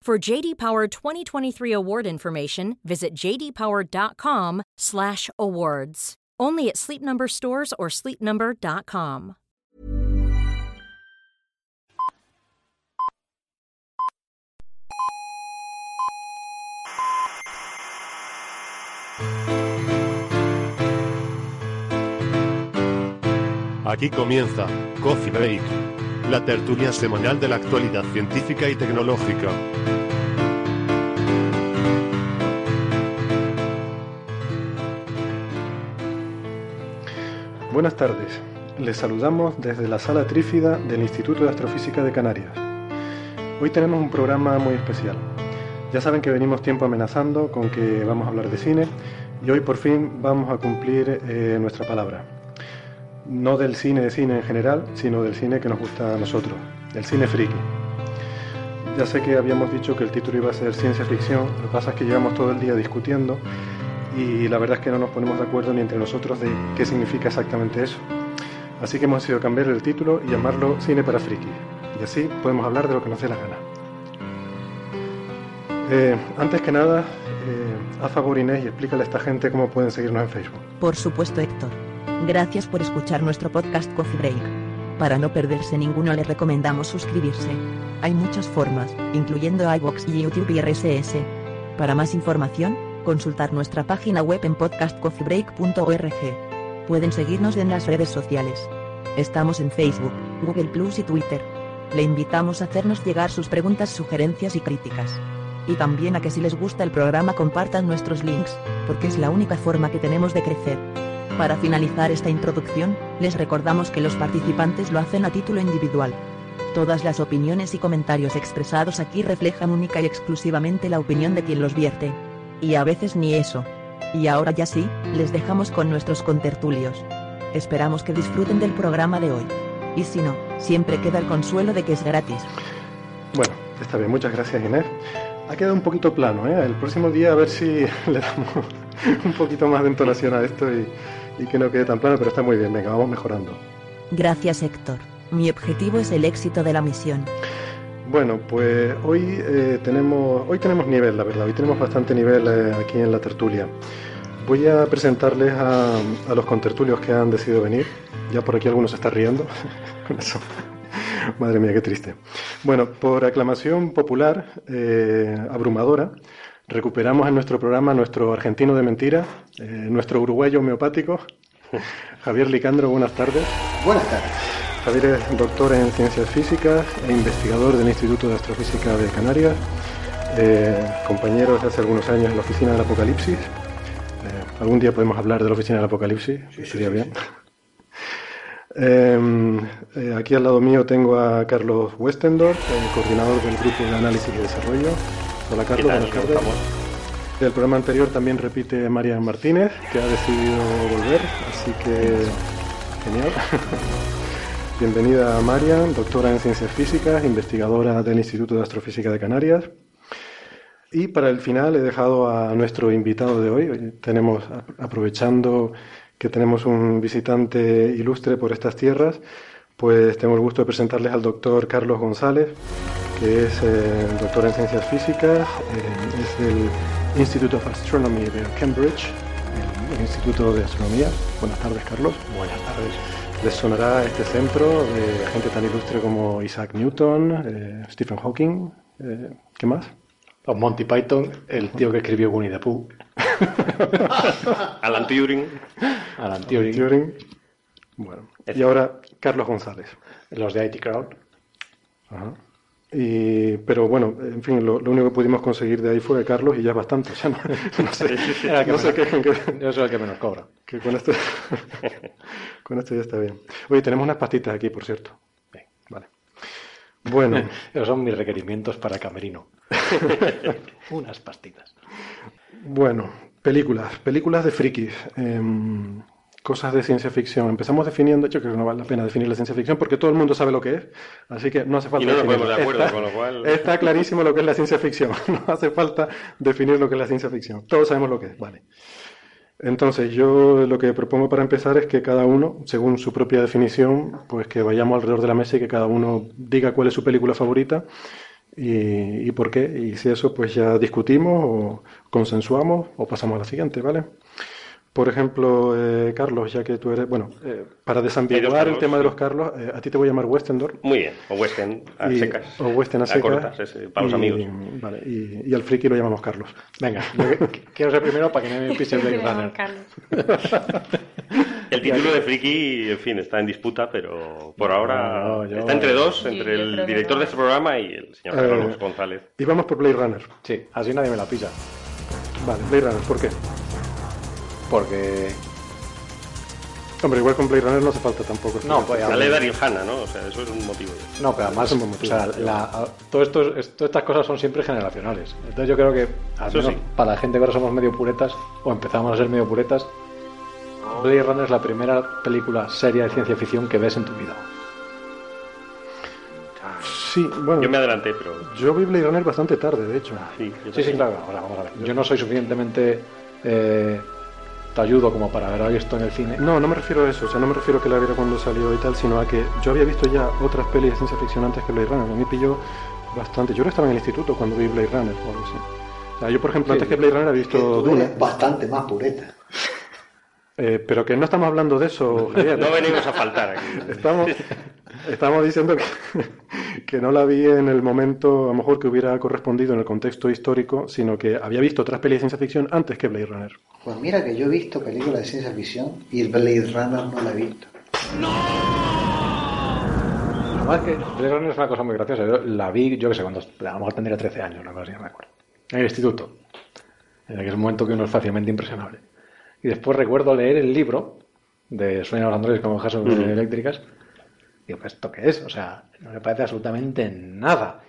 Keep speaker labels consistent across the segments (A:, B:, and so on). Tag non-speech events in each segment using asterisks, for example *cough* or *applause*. A: For JD Power 2023 award information, visit jdpower.com/awards. Only at Sleep Number stores or sleepnumber.com.
B: Aquí comienza Coffee Break, la tertulia semanal de la actualidad científica y tecnológica.
C: Buenas tardes. Les saludamos desde la sala trífida del Instituto de Astrofísica de Canarias. Hoy tenemos un programa muy especial. Ya saben que venimos tiempo amenazando con que vamos a hablar de cine y hoy por fin vamos a cumplir eh, nuestra palabra. No del cine de cine en general, sino del cine que nos gusta a nosotros, del cine friki. Ya sé que habíamos dicho que el título iba a ser ciencia ficción, lo que pasa es que llevamos todo el día discutiendo y la verdad es que no nos ponemos de acuerdo ni entre nosotros de qué significa exactamente eso. Así que hemos decidido cambiar el título y llamarlo Cine para Friki. Y así podemos hablar de lo que nos dé la gana. Eh, antes que nada, eh, haz favor Inés y explícale a esta gente cómo pueden seguirnos en Facebook.
D: Por supuesto, Héctor. Gracias por escuchar nuestro podcast Coffee Break. Para no perderse ninguno le recomendamos suscribirse. Hay muchas formas, incluyendo iVoox y YouTube y RSS. Para más información, consultar nuestra página web en podcastcoffeebreak.org. Pueden seguirnos en las redes sociales. Estamos en Facebook, Google Plus y Twitter. Le invitamos a hacernos llegar sus preguntas, sugerencias y críticas. Y también a que si les gusta el programa compartan nuestros links, porque es la única forma que tenemos de crecer. Para finalizar esta introducción, les recordamos que los participantes lo hacen a título individual. Todas las opiniones y comentarios expresados aquí reflejan única y exclusivamente la opinión de quien los vierte. Y a veces ni eso. Y ahora ya sí, les dejamos con nuestros contertulios. Esperamos que disfruten del programa de hoy. Y si no, siempre queda el consuelo de que es gratis.
C: Bueno, está bien, muchas gracias Inés. Ha quedado un poquito plano, ¿eh? El próximo día a ver si *laughs* le damos un poquito más de entonación a esto y, y que no quede tan plano, pero está muy bien, venga, vamos mejorando.
D: Gracias, Héctor. Mi objetivo es el éxito de la misión.
C: Bueno, pues hoy eh, tenemos hoy tenemos nivel, la verdad. Hoy tenemos bastante nivel eh, aquí en la tertulia. Voy a presentarles a, a los contertulios que han decidido venir. Ya por aquí algunos se están riendo. *laughs* Con eso. Madre mía, qué triste. Bueno, por aclamación popular eh, abrumadora, recuperamos en nuestro programa nuestro argentino de mentira, eh, nuestro uruguayo homeopático, *laughs* Javier Licandro. Buenas tardes.
E: Buenas tardes.
C: Javier es doctor en ciencias físicas e investigador del Instituto de Astrofísica de Canarias, eh, compañero desde hace algunos años en la Oficina del Apocalipsis. Eh, algún día podemos hablar de la Oficina del Apocalipsis,
E: Sí, sí,
C: sería
E: sí,
C: bien. *laughs* Eh, eh, aquí al lado mío tengo a Carlos Westendorf, el coordinador del Grupo de Análisis y Desarrollo. Hola
F: ¿Qué
C: Carlos,
F: tal?
C: buenas tardes.
F: ¿Cómo estamos?
C: Del programa anterior también repite María Martínez, que ha decidido volver, así que genial. Bienvenida María, doctora en ciencias físicas, investigadora del Instituto de Astrofísica de Canarias. Y para el final he dejado a nuestro invitado de hoy. Hoy Tenemos, aprovechando que tenemos un visitante ilustre por estas tierras, pues tengo el gusto de presentarles al doctor Carlos González, que es eh, doctor en ciencias físicas, eh, es del Institute of Astronomy de Cambridge, el Instituto de Astronomía. Buenas tardes, Carlos.
F: Buenas tardes.
C: Les sonará este centro de gente tan ilustre como Isaac Newton, eh, Stephen Hawking, eh, ¿qué más?
B: Los Monty Python, el tío que escribió Winnie the Pooh,
F: Alan Turing.
B: Alan Turing,
C: Turing. Bueno, y ahora Carlos González.
B: los de IT
E: *laughs*
B: Crowd.
C: Ajá. Y, pero bueno, en fin, lo, lo único que pudimos conseguir de ahí fue de Carlos y ya es bastante. ya no, *laughs* no sé,
B: Era que
C: no sé
B: me-
C: qué- qué-
B: Yo soy el que menos cobra.
C: que con esto, *laughs* con esto ya está bien. Oye, tenemos unas pastitas aquí, por cierto.
B: Bien.
C: Vale. Bueno,
E: Esos son mis requerimientos para Camerino. Unas pastitas.
C: bueno, películas, películas de frikis, em, cosas de ciencia ficción. Empezamos definiendo, yo creo que no vale la pena definir la ciencia ficción porque todo el mundo sabe lo que es, así que no hace
F: Y
C: falta
F: no nos
C: definirlo.
F: ponemos de acuerdo,
C: Está-
F: con lo cual.
C: Está clarísimo lo que es la ciencia ficción. *laughs* No hace falta definir lo que es la ciencia ficción. Todos sabemos lo que es, vale. Entonces, yo lo que propongo para empezar es que cada uno, según su propia definición, pues que vayamos alrededor de la mesa y que cada uno diga cuál es su película favorita y, y por qué. Y si eso, pues ya discutimos o consensuamos o pasamos a la siguiente, ¿vale? Por ejemplo, eh, Carlos, ya que tú eres, bueno, eh, para desambiguar el
F: Carlos,
C: tema de
F: sí.
C: los Carlos, eh, a ti te voy a llamar Westendor.
F: Muy bien, o Western a
C: Y-
F: secas.
C: O Western a secas.
F: cortas, ese, para los
C: Y-
F: amigos.
C: Vale, y, y al friki lo llamamos Carlos.
E: Venga, yo que- quiero ser primero para que no me pisen de runner.
G: Carlos.
F: El título de Friki, en fin, está en disputa, pero por ahora
C: No, yo-
F: está entre dos,
G: Yo-
F: entre
G: yo creo
F: el
G: que
F: director
G: no.
F: de este programa y el señor
C: Eh,
F: Carlos González.
C: *laughs* Y vamos por Blade Runner.
E: Sí, así nadie me la pisa.
C: Vale, Blade Runner, ¿por qué?
E: Porque.
C: Hombre, igual con Blade Runner no hace falta tampoco.
E: No, pues,
C: explicación.
F: Sale Darío Hanna, ¿no? O sea, eso es un motivo.
E: No, pero además,
C: Es un buen motivo.
E: o sea, la- todo esto, es- todas estas cosas son siempre generacionales. Entonces yo creo que, al
F: Eso
E: menos
F: sí.
E: para la gente que ahora somos medio puretas, o empezamos a ser medio puretas, Blade Runner es la primera película seria de ciencia ficción que ves en tu vida.
C: Sí, bueno,
F: Yo me adelanté, pero
C: yo vi Blade Runner bastante tarde, de hecho.
F: sí. yo
E: Sí, sí,
F: también.
E: claro. o sea, vamos a ver. Yo no soy suficientemente eh, talludo como para haber visto en el cine.
C: No, no me refiero a eso, o sea, no me refiero a que la viera cuando salió y tal, sino a que yo había visto ya otras pelis de ciencia ficción antes que Blade Runner. A mí pilló bastante. Yo no estaba en el instituto cuando vi Blade Runner o algo así. O sea, yo, por ejemplo,
E: Sí.
C: antes que Blade Runner había
H: Que
C: visto
H: tú
C: Dune.
H: eres bastante más pureta.
C: Eh, pero que no estamos hablando de eso, Javier.
F: No venimos a faltar aquí.
C: Estamos, estamos diciendo que, que no la vi en el momento, a lo mejor que hubiera correspondido en el contexto histórico, sino que había visto otras pelis de ciencia ficción antes que Blade Runner.
H: Pues mira que yo he visto películas de ciencia ficción y el Blade Runner no la he visto.
E: Además que Blade Runner es una cosa muy graciosa. Yo la vi, yo que sé, cuando a lo mejor tendría 13 años, una cosa así, no me acuerdo. En el instituto. En aquel momento que uno es fácilmente impresionable. Y después recuerdo leer el libro de Sueñan los androides con hojas
F: Mm.
E: eléctricas. Digo, "¿Pero ¿esto qué es? O sea, no me parece absolutamente nada.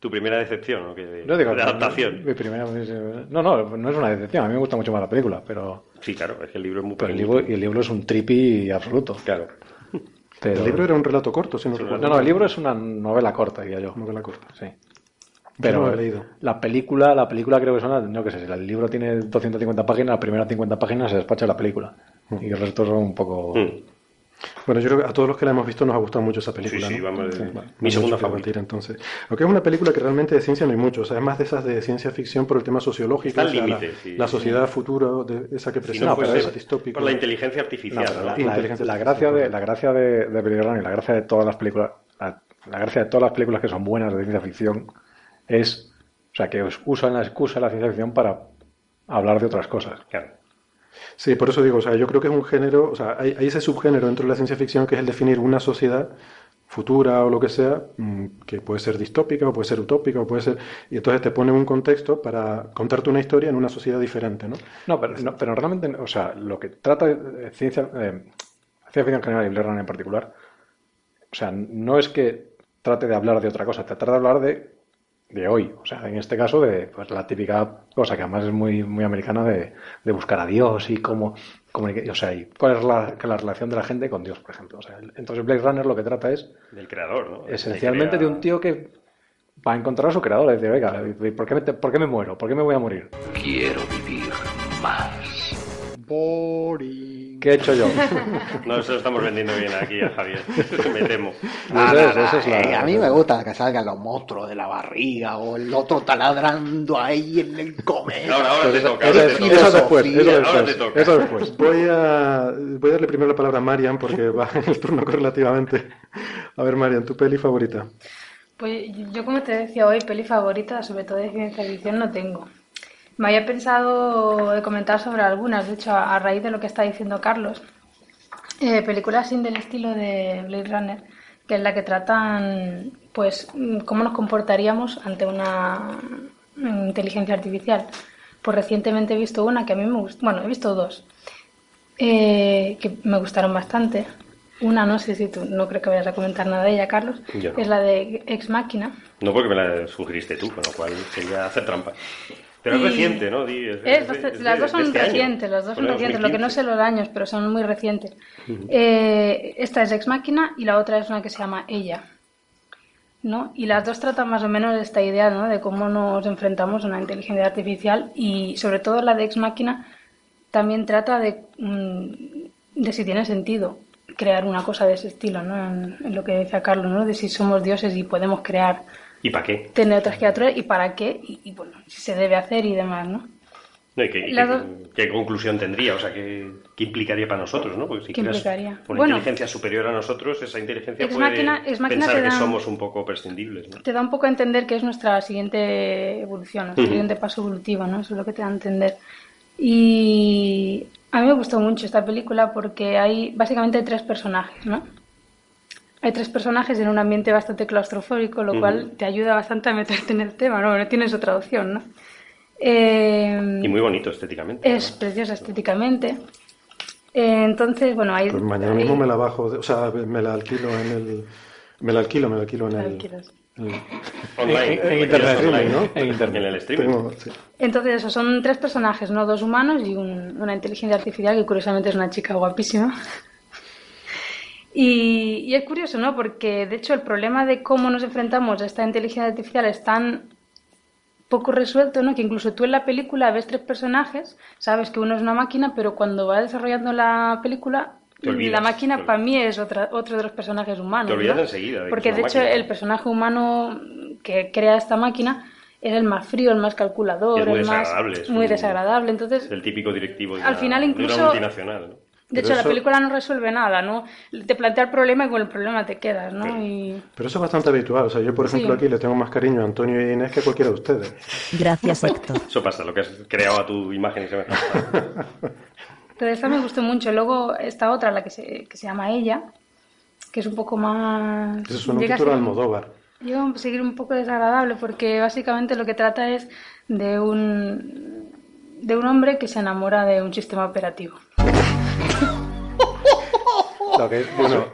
F: Tu primera decepción, ¿no? Que de,
E: No digo,
F: de adaptación.
E: mi primera- no, no, no es una decepción. A mí me gusta mucho más la película, pero,
F: Sí, claro, es que el libro es muy
E: pero el,
F: pequeñito.
E: libro, y el libro es un tripi absoluto.
F: Claro.
E: Pero-
C: El libro era un relato corto, si no
F: Sí,
C: recuerdo.
E: No, no, el libro es una novela corta, diría yo. Novela corta, sí. Pero
C: no lo he leído.
E: la película, la película creo que son, no que sé, si el libro tiene 250 páginas, las primeras 50 páginas se despacha la película.
C: Mm.
E: Y el resto son un poco...
F: Mm.
C: Bueno, yo creo que a todos los que la hemos visto nos ha gustado mucho esa película.
F: Sí, sí,
C: ¿no?
F: vamos, eh,
C: vale.
F: mi
C: No
F: segunda
C: hay mucho que
F: favorita.
C: debatir, entonces. Aunque es una película que realmente de ciencia no hay mucho, o sea, es más de esas de ciencia ficción por el tema sociológico,
F: Está al
C: o sea, la,
F: límite, sí.
C: la sociedad futura de esa que
F: Si
C: presenta,
F: no
C: pero
F: fuese
C: es distópico.
F: por la inteligencia
E: No,
F: artificial,
E: pero la,
F: ¿no?
E: la-
C: Inteligencia
E: la
C: artificial,
E: gracia de
C: correcto.
E: la gracia de, de Blade Runner y la gracia de todas las películas la, la gracia de todas las películas que son buenas de ciencia ficción es o sea que us- usan la excusa de la ciencia ficción para hablar de otras cosas
F: Claro.
C: Sí, por eso digo, o sea, yo creo que es un género, o sea, hay, hay ese subgénero dentro de la ciencia ficción que es el definir una sociedad futura o lo que sea, mm, que puede ser distópica o puede ser utópica o puede ser, y entonces te pone un contexto para contarte una historia en una sociedad diferente, ¿no?
E: No, pero, no, pero realmente, no, o sea, lo que trata eh, ciencia, eh, ciencia ficción en general y Blade Runner en particular, o sea, no es que trate de hablar de otra cosa, trata de hablar de, de hoy, o sea, en este caso de pues, la típica cosa que además es muy, muy americana de, de buscar a Dios y cómo, cómo hay que- o sea, y cuál es la, la relación de la gente con Dios, por ejemplo. O sea, el- entonces Blade Runner lo que trata es
F: Del creador, ¿no?
E: esencialmente de un tío que va a encontrar a su creador, y dice, venga, ¿y ¿por qué, me te- ¿por qué me muero? ¿Por qué me voy a morir?
I: Quiero vivir más.
E: ¿Qué he hecho yo?
F: No, eso lo estamos vendiendo bien aquí a Javier. me temo.
E: Ah,
H: Nada,
E: esa es- esa es la-
H: eh, a mí me gusta que salgan los monstruos de la barriga o el otro taladrando ahí en el comedor.
F: Ahora, ahora te toca.
E: Eso
F: Ahora te
E: es-
F: toca.
E: eso es después, eso
H: Ahora
E: después,
F: te toca.
E: eso después.
C: Voy a, voy a darle primero la palabra a Marian
F: *laughs*
C: porque va en el turno correlativamente. A ver, Marian, tu peli favorita.
G: Pues yo, como te decía hoy, peli favorita, sobre todo de ciencia ficción, no tengo. Me había pensado de comentar sobre algunas, de hecho, a a raíz de lo que está diciendo Carlos. Eh, películas sin del estilo de Blade Runner, que es la que tratan, pues, mm, cómo nos comportaríamos ante una mm, inteligencia artificial. Pues recientemente he visto una que a mí me gustó, bueno, he visto dos, eh, que me gustaron bastante. Una, no sé si tú, no creo que vayas a comentar nada de ella, Carlos.
F: Yo no.
G: Es la de Ex Máquina.
F: No porque me la sugeriste tú, con lo cual sería hacer trampa. Pero
G: Y-
F: es reciente, ¿no? Di- es-
G: Es
F: es de-
G: bastante-
F: es de-
G: Eh, pues, las dos
F: de
G: son
F: este año.
G: recientes, las dos son
F: Bueno,
G: recientes, lo que no
F: 2015.
G: sé los años, pero son muy recientes. Eh, esta es Ex Máquina y la otra es una que se llama Ella. ¿no? Y las dos tratan más o menos esta idea ¿no? de cómo nos enfrentamos a una inteligencia artificial y sobre todo la de Ex Máquina también trata de, mm, de si tiene sentido crear una cosa de ese estilo, ¿no? en, en lo que decía Carlos, ¿no? de si somos dioses y podemos crear,
F: ¿Y para qué?
G: tener otras criaturas y para qué y, y, bueno, si se debe hacer y demás. ¿no?
F: No, ¿y qué, y
G: La
F: qué-
G: do-
F: qué conclusión tendría? O sea, ¿qué, qué implicaría para nosotros? ¿no? Porque si
G: ¿Qué
F: creas
G: implicaría?
F: una
G: Bueno.
F: inteligencia superior a nosotros, esa inteligencia
G: Ex
F: puede
G: máquina- ex máquina
F: pensar
G: te
F: que
G: dan-
F: somos un poco prescindibles. ¿no?
G: te da un poco a entender que es nuestra siguiente evolución, nuestro
F: Ujú.
G: siguiente paso evolutivo, ¿no? Eso es lo que te da a entender. Y a mí me gustó mucho esta película porque hay básicamente hay tres personajes, ¿no? Hay tres personajes en un ambiente bastante claustrofóbico, lo
F: Ujú.
G: cual te ayuda bastante a meterte en el tema, ¿no? No tienes otra opción, ¿no? Eh,
F: Y muy bonito estéticamente.
G: es
F: ¿no?
G: preciosa estéticamente. Eh, entonces, bueno, hay...
C: Pues mañana mismo me la bajo, o sea, me la alquilo en el. Me la alquilo, me la alquilo en
G: La
C: el.
G: alquilas.
C: en-
F: Online.
E: En- en
F: ¿no?
E: internet,
F: Ellos online,
C: ¿no?
E: En internet.
F: En el streaming.
C: Tengo, sí.
G: Entonces, eso, son tres personajes, ¿no? Dos humanos y un- una inteligencia artificial que curiosamente es una chica guapísima. *laughs* Y, y es curioso, ¿no? Porque de hecho el problema de cómo nos enfrentamos a esta inteligencia artificial es tan poco resuelto, ¿no? Que incluso tú en la película ves tres personajes, sabes que uno es una máquina, pero cuando va desarrollando la película,
F: Te olvidas,
G: la
F: te
G: máquina
F: olvidas.
G: para mí es otra, otro de los personajes humanos.
F: Te olvidas
G: ¿no?
F: enseguida de que
G: Porque
F: es
G: de
F: una
G: hecho
F: máquina.
G: el personaje humano que crea esta máquina es el más frío, el más calculador,
F: Es muy
G: el más
F: desagradable, es
G: muy
F: un-
G: desagradable. Entonces,
F: El típico directivo de
G: Al
F: una-
G: final
F: de
G: incluso-
F: una multinacional. ¿no?
G: de
C: Pero
G: hecho, la
C: eso-
G: película no resuelve nada, ¿no? Te plantea el problema y con el problema te quedas, ¿no? Y...
C: Pero eso es bastante habitual. O sea, yo, por
G: Sí.
C: ejemplo, aquí le tengo más cariño a Antonio y a Inés que a cualquiera de ustedes.
J: *laughs*
D: Gracias, Héctor.
F: Eso pasa, lo que has creado a tu imagen y semejanza.
G: Entonces, esta me gustó mucho. Luego, esta otra, la que se, que se llama Ella, que es un poco más.
C: Eso es un
G: llega a
C: título de
G: ser-
C: Almodóvar.
G: Yo a seguir un poco desagradable porque básicamente lo que trata es de un de un hombre que se enamora de un sistema operativo.
C: Lo que- bueno,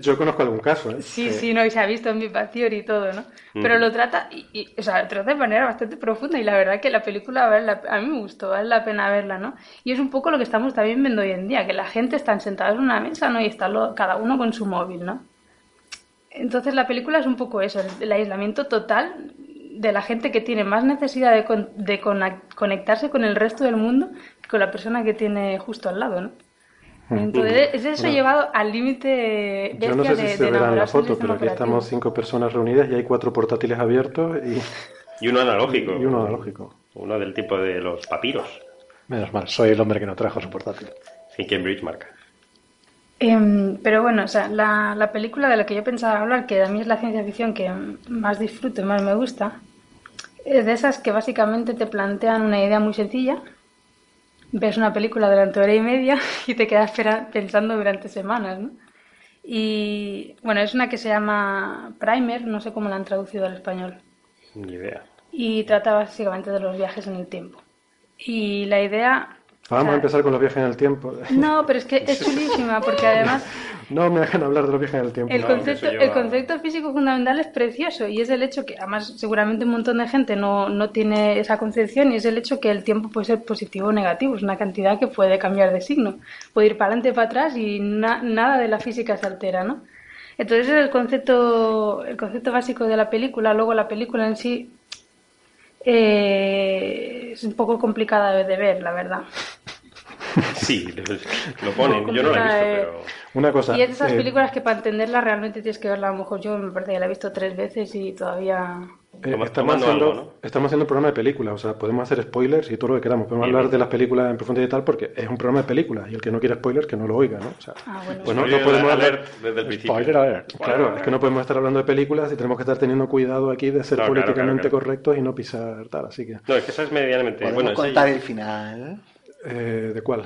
C: yo conozco algún caso, ¿eh?
G: Sí, sí, no, y se ha visto en mi Theory y todo, ¿no? Pero lo trata, y, y- o sea, lo trata de manera bastante profunda y la verdad que la película vale la- a mí me gustó, vale la pena verla, ¿no? Y es un poco lo que estamos también viendo hoy en día, que la gente está sentada en una mesa, ¿no? Y está lo- cada uno con su móvil, ¿no? Entonces la película es un poco eso, el, el aislamiento total de la gente que tiene más necesidad de, con- de cona- conectarse con el resto del mundo que con la persona que tiene justo al lado, ¿no? Entonces es eso llevado al límite
C: Yo no sé
G: bestia
C: si
G: de-
C: se
G: de
C: verá en la
G: enamorarse del
C: foto, pero
G: sistema
C: aquí estamos
G: operativo.
C: cinco personas reunidas y hay cuatro portátiles abiertos y,
F: Y uno analógico.
C: y uno analógico.
F: Uno del tipo de los papiros.
E: Menos mal, soy el hombre que no trajo su portátil.
F: Sí, Cambridge marca.
G: Em, pero bueno, o sea, la, la película de la que yo pensaba hablar, que a mí es la ciencia ficción que más disfruto y más me gusta, es de esas que básicamente te plantean una idea muy sencilla, ves una película durante hora y media *laughs* y te quedas espera- pensando durante semanas, ¿no? Y bueno, es una que se llama Primer, no sé cómo la han traducido al español
F: Ni idea. *laughs*
G: y trata básicamente de los viajes en el tiempo. Y la idea...
C: Vamos a
G: o sea,
C: empezar con los viajes en el tiempo. *laughs*
G: No, pero es que es chulísima porque además
C: No me dejan hablar de los viajes en el tiempo.
G: el
F: No,
G: concepto,
F: eso lleva-
G: el concepto físico fundamental es precioso y es el hecho que, además, seguramente un montón de gente no, no tiene esa concepción y es el hecho que el tiempo puede ser positivo o negativo, es una cantidad que puede cambiar de signo, puede ir para adelante, para atrás y na- nada de la física se altera, ¿no? Entonces ese es el concepto, el concepto básico de la película, luego la película en sí eh, es un poco complicada de ver, la verdad.
F: Sí, lo ponen. Yo no lo he
G: Complicada, eh.
F: visto, pero.
C: Una cosa.
G: Y es de esas
C: eh,
G: películas que para entenderla realmente tienes que verla, a lo mejor yo me parece que la he visto tres veces y todavía...
C: Eh,
F: Toma-
C: estamos,
F: tomando
C: haciendo,
F: algo,
C: estamos haciendo un programa de películas, o sea, podemos hacer spoilers y todo lo que queramos. Podemos
F: Bien,
C: hablar
F: bien.
C: de las películas en profundidad y tal, porque es un programa de películas y el que no quiera spoilers que no lo oiga, ¿no? O sea,
G: Ah, bueno.
C: pues no, no
F: Spoiler
C: podemos hablar.
F: alert desde el principio.
E: Spoiler alert.
C: Claro, es que no podemos estar hablando de películas y tenemos que estar teniendo cuidado aquí de ser
F: Claro, claro,
C: políticamente
F: claro, claro.
C: correctos y no pisar tal. Así que,
F: No, es que esa es medianamente.
H: Podemos
F: Bueno, sí.
H: contar el final
C: eh, ¿de cuál?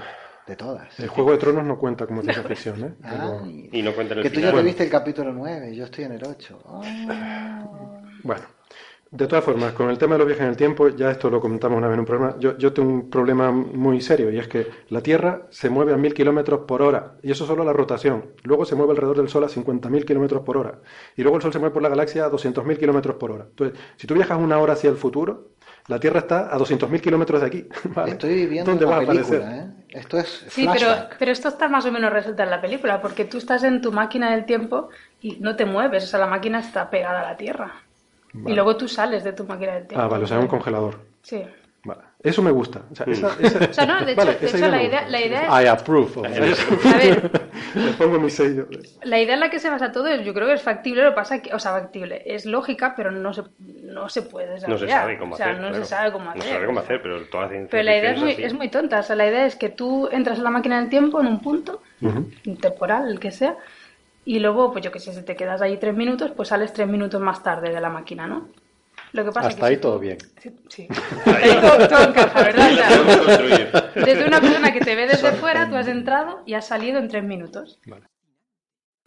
H: de todas.
C: El Juego de Tronos no cuenta como ciencia ficción, ¿eh?
H: Ah,
C: Pero,
F: Y no cuentan el
H: que tú ya
F: final.
H: te viste el capítulo 9, yo estoy en el 8.
C: bueno, De todas formas, con el tema de los viajes en el tiempo, ya esto lo comentamos una vez en un programa, yo, yo tengo un problema muy serio y es que la Tierra se mueve a 1000 kilómetros por hora y eso solo la rotación. Luego se mueve alrededor del Sol a 50.000 kilómetros por hora y luego el Sol se mueve por la galaxia a 200.000 kilómetros por hora. Entonces, si tú viajas una hora hacia el futuro, la Tierra está a 200.000 kilómetros de aquí. *laughs* ¿vale?
H: Estoy viviendo
C: ¿Dónde
H: una
C: va a aparecer?
H: película, ¿eh? Esto es
G: Sí, pero,
H: flashback.
G: pero esto está más o menos resulta en la película, porque tú estás en tu máquina del tiempo y no te mueves, o sea, la máquina está pegada a la Tierra.
C: Vale.
G: Y luego tú sales de tu máquina del tiempo.
C: Ah, vale, o sea, un congelador.
G: Sí.
C: Vale. Eso me gusta. O sea, esa- esa-
G: Mm. O sea,
C: *laughs*
G: no, de hecho,
C: Vale,
G: de
C: esa
G: hecho, la,
C: me
G: idea,
C: gusta.
G: la idea
C: I approve. of this.
G: A ver.
C: *laughs* Le pongo mi sello.
G: La idea en la que se basa todo es, yo creo que es factible, lo que pasa que, o sea, factible, es lógica, pero no se, no se puede
F: No se
G: desarrollar.
F: sabe cómo
G: o sea,
F: hacer.
G: no
F: claro.
G: se sabe cómo hacer.
F: No se sabe cómo hacer, pero toda la ciencia
G: Pero la idea es
F: ficción
G: muy,
F: así.
G: es muy tonta, o sea, la idea es que tú entras a la máquina del tiempo en un punto, temporal, el que sea, y luego, pues yo que sé, si te quedas ahí tres minutos, pues sales tres minutos más tarde de la máquina, ¿no? Lo que pasa es que...
E: Hasta ahí
G: si-
E: todo bien.
G: Sí, sí. Ahí todo, todo
F: *laughs*
G: encaja, ¿verdad? O sea,
F: Lo podemos
G: *laughs*
F: construir.
G: desde una persona que te ve desde fuera, tú has entrado y has salido en tres minutos.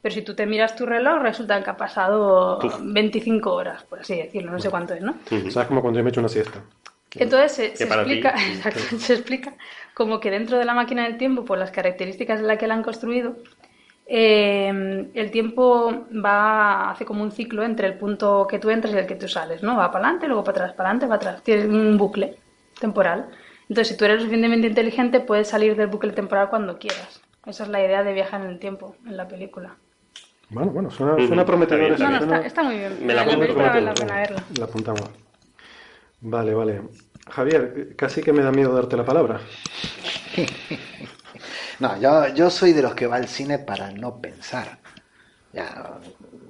G: Pero si tú te miras tu reloj, resulta que ha pasado 25 horas, por así decirlo, no sé cuánto es, ¿no?
C: ¿Sabes como cuando yo me echo una siesta?
G: Entonces se, se
F: para ti,
G: explica, *laughs* exacto, se explica como que dentro de la máquina del tiempo, por las características de la que la han construido, eh, el tiempo va, hace como un ciclo entre el punto que tú entras y el que tú sales, ¿no? Va para adelante, luego para atrás, para adelante, para atrás. Tiene un bucle temporal. Entonces, si tú eres lo suficientemente inteligente, puedes salir del bucle temporal cuando quieras. Esa es la idea de viajar en el tiempo en la película.
C: Bueno, bueno, suena,
F: Ujú,
C: suena prometedor.
F: está
C: eso,
F: bien,
G: No, no,
C: suena-
G: está, está muy bien.
F: Me la apunto,
G: película
F: me
G: vale
F: la
G: la pena verla.
C: La apuntamos. Vale, vale. Javier, eh, casi que me da miedo darte la palabra.
H: No, yo, yo soy de los que va al cine para no pensar. Ya,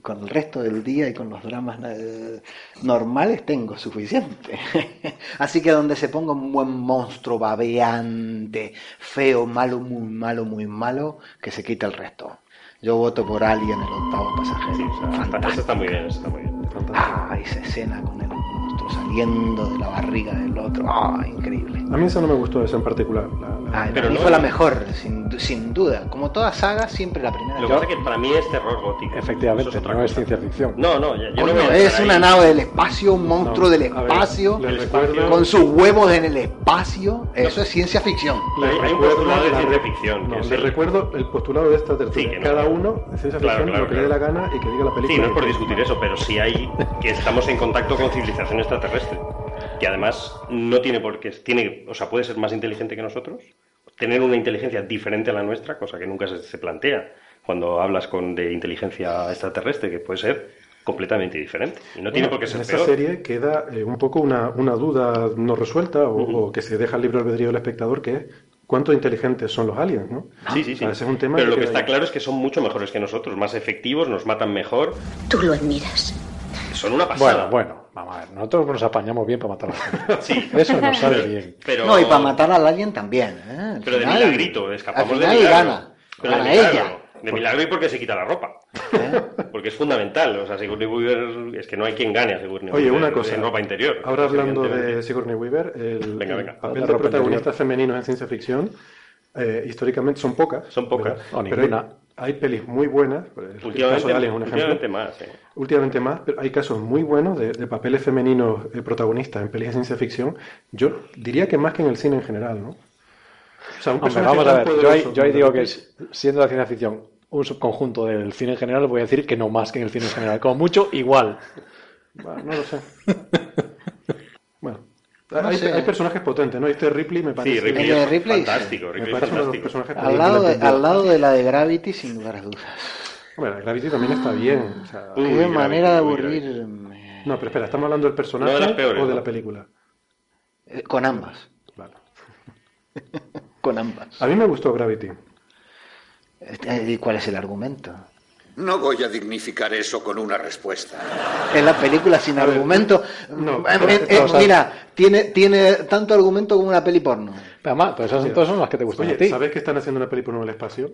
H: con el resto del día y con los dramas eh, normales tengo suficiente. *laughs* Así que donde se ponga un buen monstruo babeante, feo, malo, muy malo, muy malo, que se quita el resto. Yo voto por Alien, el octavo pasajero.
F: Sí, o sea, está- eso está muy bien, eso está muy bien.
H: Ah, esa escena con el monstruo saliendo de la barriga del otro. Ah, increíble.
C: A mí eso no me gustó, eso en particular. la- la-
H: Ah,
F: Pero
H: pero
F: no-
H: fue la mejor, sin, sin duda. Como toda saga, siempre la primera.
F: Lo que
H: Yo-
F: pasa es que para mí es terror gótico.
E: Efectivamente,
F: Eso es otra
E: no es
F: cosa.
E: ciencia ficción.
F: No, no, ya- yo no
H: Coño,
F: voy a
H: es
F: entrar
H: una
F: ahí.
H: nave del espacio, un monstruo
C: No,
H: del
C: a ver,
H: espacio,
C: les
F: El
C: recuerdo-
F: espacio-
H: con sus huevos en el espacio. Eso es ciencia ficción.
F: Hay-
C: les
F: hay un
C: recuerdo
F: postulado de
C: la-
F: ciencia ficción,
C: no,
F: que es
C: les
F: el-
C: recuerdo el postulado de esta tertulia.
F: Sí, que no.
C: Cada uno, de ciencia
F: Claro,
C: ficción,
F: claro,
C: lo que le dé la
F: claro.
C: gana y que diga la película.
F: Sí, no es por discutir eso, pero sí hay que estamos en contacto con civilización extraterrestre, que además no tiene por qué, tiene, o sea, puede ser más inteligente que nosotros, tener una inteligencia diferente a la nuestra, cosa que nunca se, se plantea cuando hablas con de inteligencia extraterrestre, que puede ser completamente diferente y no tiene por qué
C: en
F: ser
C: esta
F: peor.
C: serie queda eh, un poco una, una duda no resuelta o, o que se deja al libre albedrío del espectador, que es cuánto inteligentes son los aliens, ¿no?
F: Sí, sí, sí.
C: Ah, ese es un tema
F: Pero
C: que
F: lo que
C: queda
F: está
C: ahí.
F: claro es que son mucho mejores que nosotros, más efectivos, nos matan mejor,
J: Tú lo admiras.
F: son una pasada.
E: Bueno, bueno, vamos a ver. Nosotros nos apañamos bien para matar a la gente.
F: *laughs* Sí.
E: Eso nos sale bien.
F: *laughs* Pero
H: No, y para matar al alien también. ¿eh? Al
F: Pero de
H: final-
F: milagrito, escapamos
H: al final
F: de milagro.
H: gana.
F: Pero de
H: gana
F: milagro.
H: ella.
F: De milagro y porque se quita la ropa. *laughs*
H: ¿eh?
F: Porque es fundamental. O sea, Sigourney Weaver es que no hay quien gane a Sigourney
C: Oye,
F: Weaver
C: una cosa.
F: en ropa interior. pues,
C: Ahora hablando de
F: Evidentemente.
C: Sigourney Weaver, el,
F: Venga, venga.
C: el papel
E: La
C: de
E: ropa
C: protagonistas
E: interior.
C: femeninos en ciencia ficción eh, históricamente son pocas.
F: Son pocas,
E: o
C: Pero hay,
E: ninguna.
C: hay pelis muy buenas. el caso de
F: Últimamente,
C: Alien es un ejemplo.
F: últimamente más. eh.
C: Últimamente más, pero hay casos muy buenos de, de papeles femeninos eh, protagonistas en pelis de ciencia ficción. Yo diría que más que en el cine en general, ¿no? O sea, un
E: Hombre,
C: personaje
E: vamos a
C: tan
E: ver. Yo
C: poderoso
E: ahí, yo ahí
C: como
E: digo
C: de
E: que
C: repente-
E: siendo la ciencia ficción un subconjunto del cine en general, voy a decir que no más que en el cine en general. Como mucho, igual.
C: Bueno, no lo sé.
E: *laughs*
C: bueno,
H: No
C: hay,
H: sé.
C: hay personajes potentes, ¿no? Este Ripley me parece...
F: Sí, Ripley
H: El de
F: es
H: Ripley,
F: fantástico.
C: Me
F: Ripley es
C: parece uno de los
F: fantástico.
C: personajes
H: Al,
C: potentes
H: lado
C: que
H: de,
C: entendió.
H: al lado de la de Gravity, sin lugar a dudas.
C: Bueno, el Gravity también está bien. o sea,
F: Uy,
H: Qué
F: Gravity,
H: manera de
F: uy,
H: aburrirme.
C: No, pero espera, ¿estamos hablando del personaje
F: No de las peores,
C: o de
F: ¿no?
C: la película?
H: Eh, Con ambas.
C: Vale.
H: Con ambas.
C: A mí me gustó Gravity.
H: Eh, ¿Y cuál es el argumento?
I: No voy a dignificar eso con una respuesta.
H: Es la película sin
C: A ver,
H: argumento.
C: no,
H: Eh,
C: pero
H: eh,
C: esto,
H: eh,
C: o sea-
H: mira, tiene, tiene tanto argumento como una peli porno.
E: Pero además, todas esas todas son las que te gustan a
C: Oye,
E: ti.
C: ¿sabes que están haciendo una película en el espacio?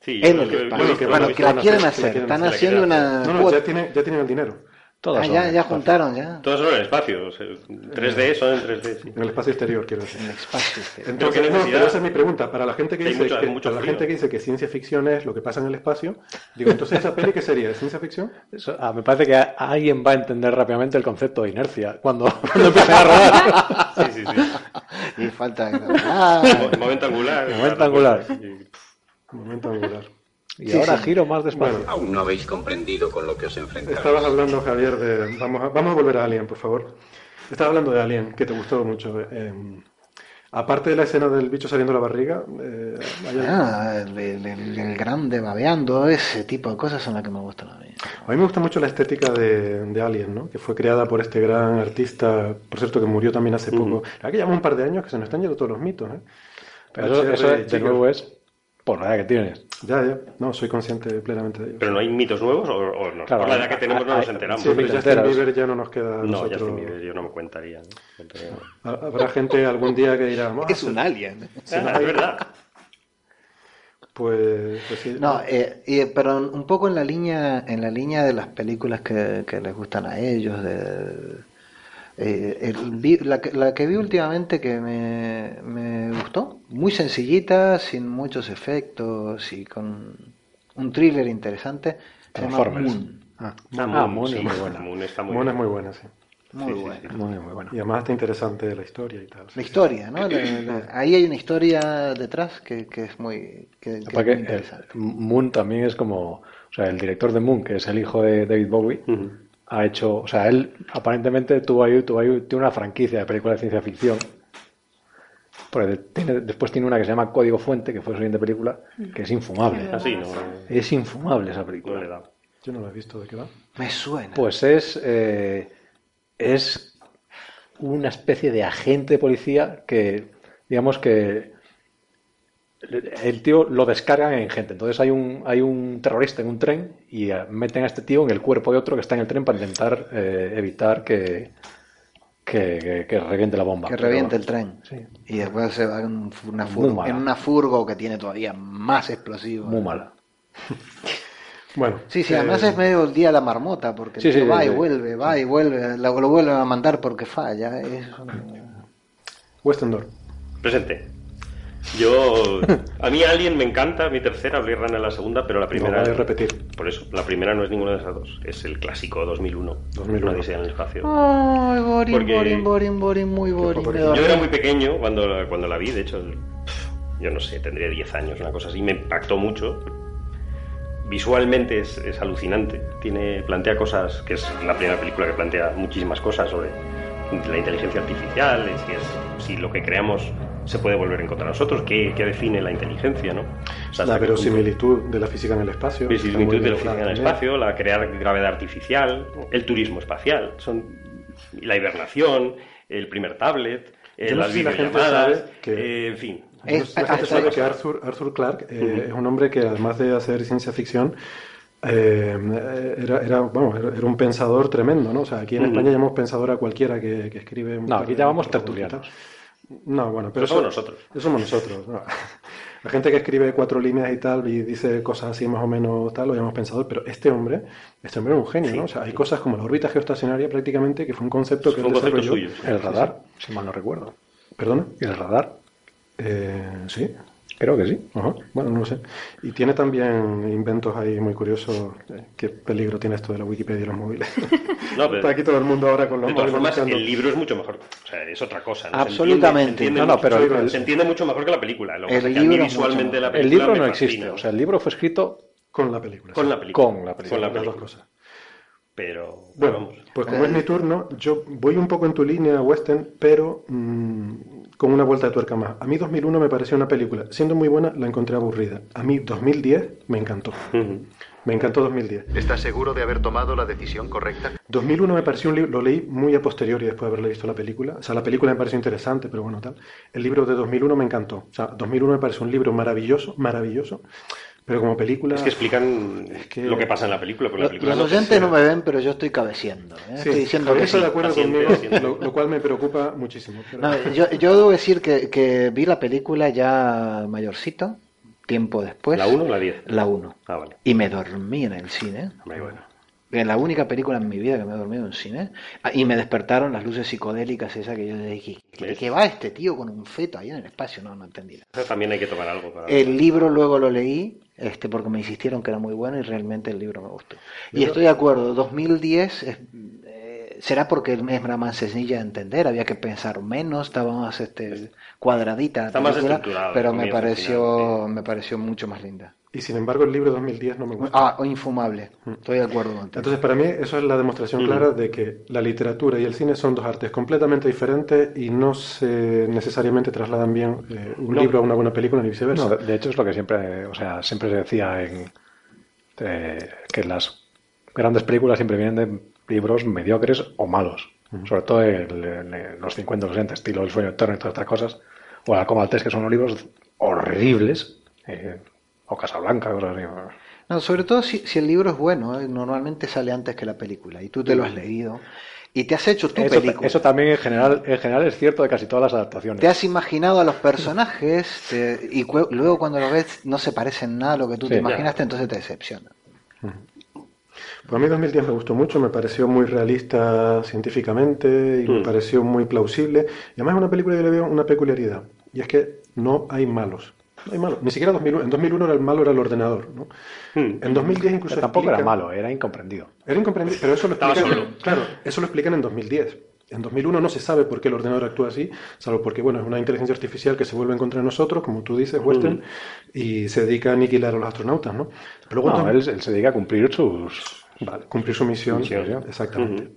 F: Sí,
H: En
F: yo
H: el
F: creo que-
H: espacio.
C: que
H: Bueno,
C: van a
H: que la
C: hacer,
H: quieren
C: que la
H: hacer.
C: quieren
H: Están
F: hacer, la
H: haciendo
E: Ah,
F: quieren
H: una
C: No, no,
H: cuota.
C: ya tienen, ya tienen el dinero. Todas
H: ah,
C: son
H: ya,
C: en
H: ya
C: espacio.
H: juntaron, ya.
F: Todos son en espacio. o sea, 3D son en 3D. sí.
C: En el espacio exterior, quiero decir.
H: En el espacio. este.
F: Pero
C: Entonces,
F: qué
C: no,
F: necesidad.
C: pero esa es mi pregunta. Para la gente que
F: Hay
C: dice
F: mucho- hay
C: que,
F: mucho
C: para la
F: frío.
C: gente que dice que ciencia ficción es lo que pasa en el espacio, digo, entonces esa peli qué sería, ¿De ciencia ficción?
E: Eso- ah, me parece que a- alguien va a entender rápidamente el concepto de inercia cuando, *laughs* cuando empiece a rodar.
F: Sí, sí, sí.
H: *laughs* Y *laughs* falta. Ah,
F: Mo- Momento angular.
E: Momento angular.
F: Sí.
C: Momento angular.
E: Y
H: Sí,
E: ahora
H: sí.
E: giro más despacio.
C: Bueno,
K: Aún no habéis comprendido con lo que os enfrentáis.
C: estabas hablando, Javier, de vamos a, vamos a volver a Alien, por favor. Estabas hablando de Alien, que te gustó mucho. eh, aparte de la escena del bicho saliendo de la barriga, eh, hay algo-
H: ah, el, el- el- el grande babeando, ese tipo de cosas son las que me gustan a mí.
C: A mí me gusta mucho la estética de, de Alien, ¿no? Que fue creada por este gran artista, por cierto, que murió también hace poco. Aquí que llevamos un par de años que se nos están yendo todos los mitos, ¿eh?
E: Pero eso,
C: H.R.
E: eso, de
C: Giger.
E: nuevo es por la edad que tienes.
C: Ya, ya. No, soy consciente plenamente de ello.
F: Pero no hay mitos nuevos o, o no.
E: Claro,
F: Por la
E: hay-
F: edad que tenemos no
E: hay-
F: nos enteramos.
C: Sí, pero
E: mitos
C: Justin
E: enteros.
C: Bieber ya no nos queda a
F: No, ya
C: nosotros.
F: Justin Bieber, yo no me contaría. ¿no? Entonces,
C: Ha- Habrá gente algún día que dirá, "Ah,
H: Es un alien.
F: ah, es verdad.
C: pues, pues sí.
H: No, eh, y- pero un poco en la línea, en la línea de las películas que, que les gustan a ellos. de- eh, el- vi- la, que, la que vi últimamente que me, me gustó, muy sencillita, sin muchos efectos y con un thriller interesante, se llama
E: Transformers.
H: Moon.
C: Ah,
E: Ah, Moon es
F: sí,
E: muy buena.
F: Moon está muy
C: Moon es
F: bien.
C: muy buena, sí.
H: Muy buena.
E: Muy, muy bueno.
C: Y además está interesante la historia y tal.
H: La historia, ¿no? La- la- ahí hay una historia detrás que, que es muy, que, que es
E: Aparte
H: muy
E: que el-
H: interesante.
E: Moon también es como, o sea, el director de Moon, que es el hijo de David Bowie,
F: Ujú.
E: ha hecho, o sea, él aparentemente tuvo ahí, tuvo ahí- tiene una franquicia de películas de ciencia ficción. Porque tiene- después tiene una que se llama Código Fuente, que fue su siguiente película, que es infumable.
F: Así, Ah, no,
E: Es infumable esa película.
F: no le da.
C: Yo no la he visto de qué va.
H: Me suena.
E: Pues es, eh, es una especie de agente de policía que, digamos que el tío lo descargan en gente. Entonces hay un, hay un terrorista en un tren y eh, meten a este tío en el cuerpo de otro que está en el tren para intentar eh, evitar que, que, que- que reviente la bomba.
H: que
E: Pero-
H: reviente el tren.
E: Sí.
H: Y después se va en, un fu- una
E: Muy
H: furgo,
E: mala.
H: en una furgo que tiene todavía más explosivos.
E: Muy mala.
C: Bueno.
H: Sí, sí,
C: eh,
H: además es medio el día de la marmota, porque el
E: Sí, sí,
H: tío va
E: sí,
H: y
E: sí.
H: vuelve, va y vuelve, lo, lo vuelven a mandar porque falla. es un-
C: Western Door.
F: eh, Presente.
C: *laughs*
F: Yo. A mí Alien me encanta, mi tercera, Blade Runner la segunda, pero la primera.
C: vale repetir.
F: Por eso, la primera no es ninguna de esas dos. Es el clásico 2001.
C: 2001.
F: Una odisea en el espacio.
C: Ah,
H: Ay, boring,
F: Porque-
H: boring, boring, boring, muy boring.
C: pobre-
H: me
F: Yo
H: dormí.
F: era muy pequeño cuando la, cuando la vi, de hecho, el- yo no sé, tendría 10 años, una cosa así, me impactó mucho. Visualmente es, es alucinante, tiene, plantea cosas, que es la primera película que plantea muchísimas cosas sobre la inteligencia artificial, es, que es- si lo que creamos se puede volver en contra de nosotros, ¿qué, qué define la inteligencia? ¿no? O sea, hasta
C: La
F: qué punto-
C: verosimilitud de la física en el espacio. Está muy
F: Visilinitud de
C: bien
F: la oficina en
C: clara
F: el
C: también.
F: espacio, la crear gravedad artificial, el turismo espacial, son y la hibernación, el primer tablet, eh,
C: Yo no
F: las
C: sé si la gente
F: videollamadas,
C: sabe que-
F: eh, en fin.
H: Es-
C: la gente
H: hasta-
C: sabe que Arthur, Arthur Clarke eh, es un hombre que además de hacer ciencia ficción eh, era, era, bueno, era- era un pensador tremendo, ¿no? O sea, aquí en
F: Ujú.
C: España llamamos pensador a cualquiera que, que escribe... un
E: No,
C: par
E: aquí
C: de-
E: llamamos
C: por- por-
E: tertulianos.
C: No, bueno, pero...
F: Pero somos
C: eso-
F: nosotros.
C: eso somos nosotros. ¿no? *laughs* La gente que escribe cuatro líneas y tal y dice cosas así más o menos tal, lo llamamos pensador, pero este hombre, este hombre era un genio, ¿no? O sea, hay cosas como la órbita geoestacionaria prácticamente, que fue un concepto que
F: Fue un
C: él
F: concepto
C: desarrolló.
F: suyo, sí.
E: El radar, si mal no recuerdo.
C: ¿Perdona?
E: El radar,
C: Eh, sí,
E: creo que sí.
C: Ajá, Bueno, no lo sé. Y tiene también inventos ahí muy curiosos. Eh, Qué peligro tiene esto de la Wikipedia y los móviles.
F: *laughs*
C: *laughs*
F: No, pero-
C: Está aquí todo el mundo ahora con los
F: De todas
C: móviles
F: formas,
C: buscando.
F: el libro es mucho mejor. O sea, es otra cosa. ¿no?
H: Absolutamente.
F: Se entiende, se entiende
E: No, no,
F: mucho-
E: pero el-
F: se entiende mucho mejor que la película. Lo que
H: El
F: pasa es que
H: libro
F: a mí
H: es mucho
F: visualmente la
H: mejor.
E: El
F: película
E: libro
F: me
E: no
F: fascina.
E: existe. O sea, el libro fue escrito
C: Con la película.
F: con
C: sí.
F: la película.
E: con la película.
F: Con la
C: Las dos
F: película.
C: cosas.
F: Pero,
C: Bueno,
F: vamos.
C: pues como es mi turno, yo voy un poco en tu línea, Western, pero mm, con una vuelta de tuerca más. A mí 2001 me pareció una película. Siendo muy buena, la encontré aburrida. A mí 2010 me encantó.
F: Ujú.
C: Me encantó 2010.
B: ¿Estás seguro de haber tomado la decisión correcta?
C: 2001 me pareció un libro, lo leí muy a posteriori después de haberle visto la película. O sea, la película me pareció interesante, pero bueno, tal. El libro de 2001 me encantó. O sea, 2001 me pareció un libro maravilloso, maravilloso, pero como película...
F: Es que explican
C: que-
F: lo que pasa en la película. porque la
H: Lo-
F: película
H: Los
F: no te
H: oyentes no
F: enseña.
H: me ven, pero yo estoy cabeceando. ¿eh?
C: Sí,
H: Estoy diciendo
C: Javier
H: que
C: está
H: sí.
C: de acuerdo
F: paciente,
C: conmigo,
F: paciente.
C: lo, lo cual me preocupa muchísimo. pero-
H: No, yo, yo debo decir que, que vi la película ya mayorcito, tiempo después.
F: ¿La 1 o la 10?
H: La 1.
F: Ah, vale.
H: Y me dormí en el cine.
F: Hombre, bueno.
H: que la única película en mi vida que me he dormido en cine, ah, y me despertaron las luces psicodélicas esa que yo dije, ¿de qué va este tío con un feto ahí en el espacio? No, no entendí. nada.
F: Eso También hay que tomar algo. Para...
H: El libro luego lo leí este, porque me insistieron que era muy bueno y realmente el libro me gustó. Y estoy de acuerdo, 2010 es- eh, será porque es más sencilla de entender, había que pensar menos, estaba más este, cuadradita la
F: Está más
H: película,
F: estructurado,
H: pero me
F: comienzo,
H: pareció,
F: final,
H: me pareció mucho más linda.
C: Y sin embargo, el libro 2010 no me gusta.
H: Ah, o infumable, estoy de acuerdo contigo.
C: Entonces, para mí, eso es la demostración
F: Mm.
C: clara de que la literatura y el cine son dos artes completamente diferentes y no se necesariamente trasladan bien eh, un
E: No.
C: libro a una buena película ni viceversa.
E: No, Pues, eh, de- de hecho es lo que siempre, o sea, siempre se decía en eh, que las grandes películas siempre vienen de libros mediocres o malos, sobre todo el- el- los 50 o 60, estilo El sueño eterno y todas estas cosas, o La Coma 3, que son unos libros horribles, eh, o Casablanca, cosas así.
H: No, sobre todo si, si el libro es bueno, ¿eh? normalmente sale antes que la película y tú te lo has leído y te has hecho tu
E: Eso,
H: película.
E: eso también en general, en general es cierto de casi todas las
H: Te
E: adaptaciones.
H: has imaginado a los personajes te- y cu- luego cuando los ves no se parecen nada a lo que tú te
E: Sí,
H: imaginaste, entonces te decepciona.
C: Pues a mí 2010 me gustó mucho, me pareció muy realista científicamente y me
F: Mm.
C: pareció muy plausible. Y además es una película que le veo una peculiaridad, y es que no hay malos. No hay malos. Ni siquiera 2001. En 2001 era el malo era el ordenador, ¿no?
F: Hmm.
C: En 2010 incluso
E: Tampoco era
C: explican-
E: malo, era incomprendido.
C: Era incomprendible, pero eso lo
F: Estaba
C: explican,
F: solo.
C: claro, eso lo explican en 2010. En 2001 no se sabe por qué el ordenador actúa así, salvo porque bueno, es una inteligencia artificial que se vuelve en contra de nosotros, como tú dices,
F: Mm.
C: Western, y se dedica a aniquilar a los astronautas, ¿no? Pero luego
E: No, eh,
C: también-
E: él, él se dedica a cumplir sus...
C: Vale, cumplir su misión,
F: Misión.
C: exactamente.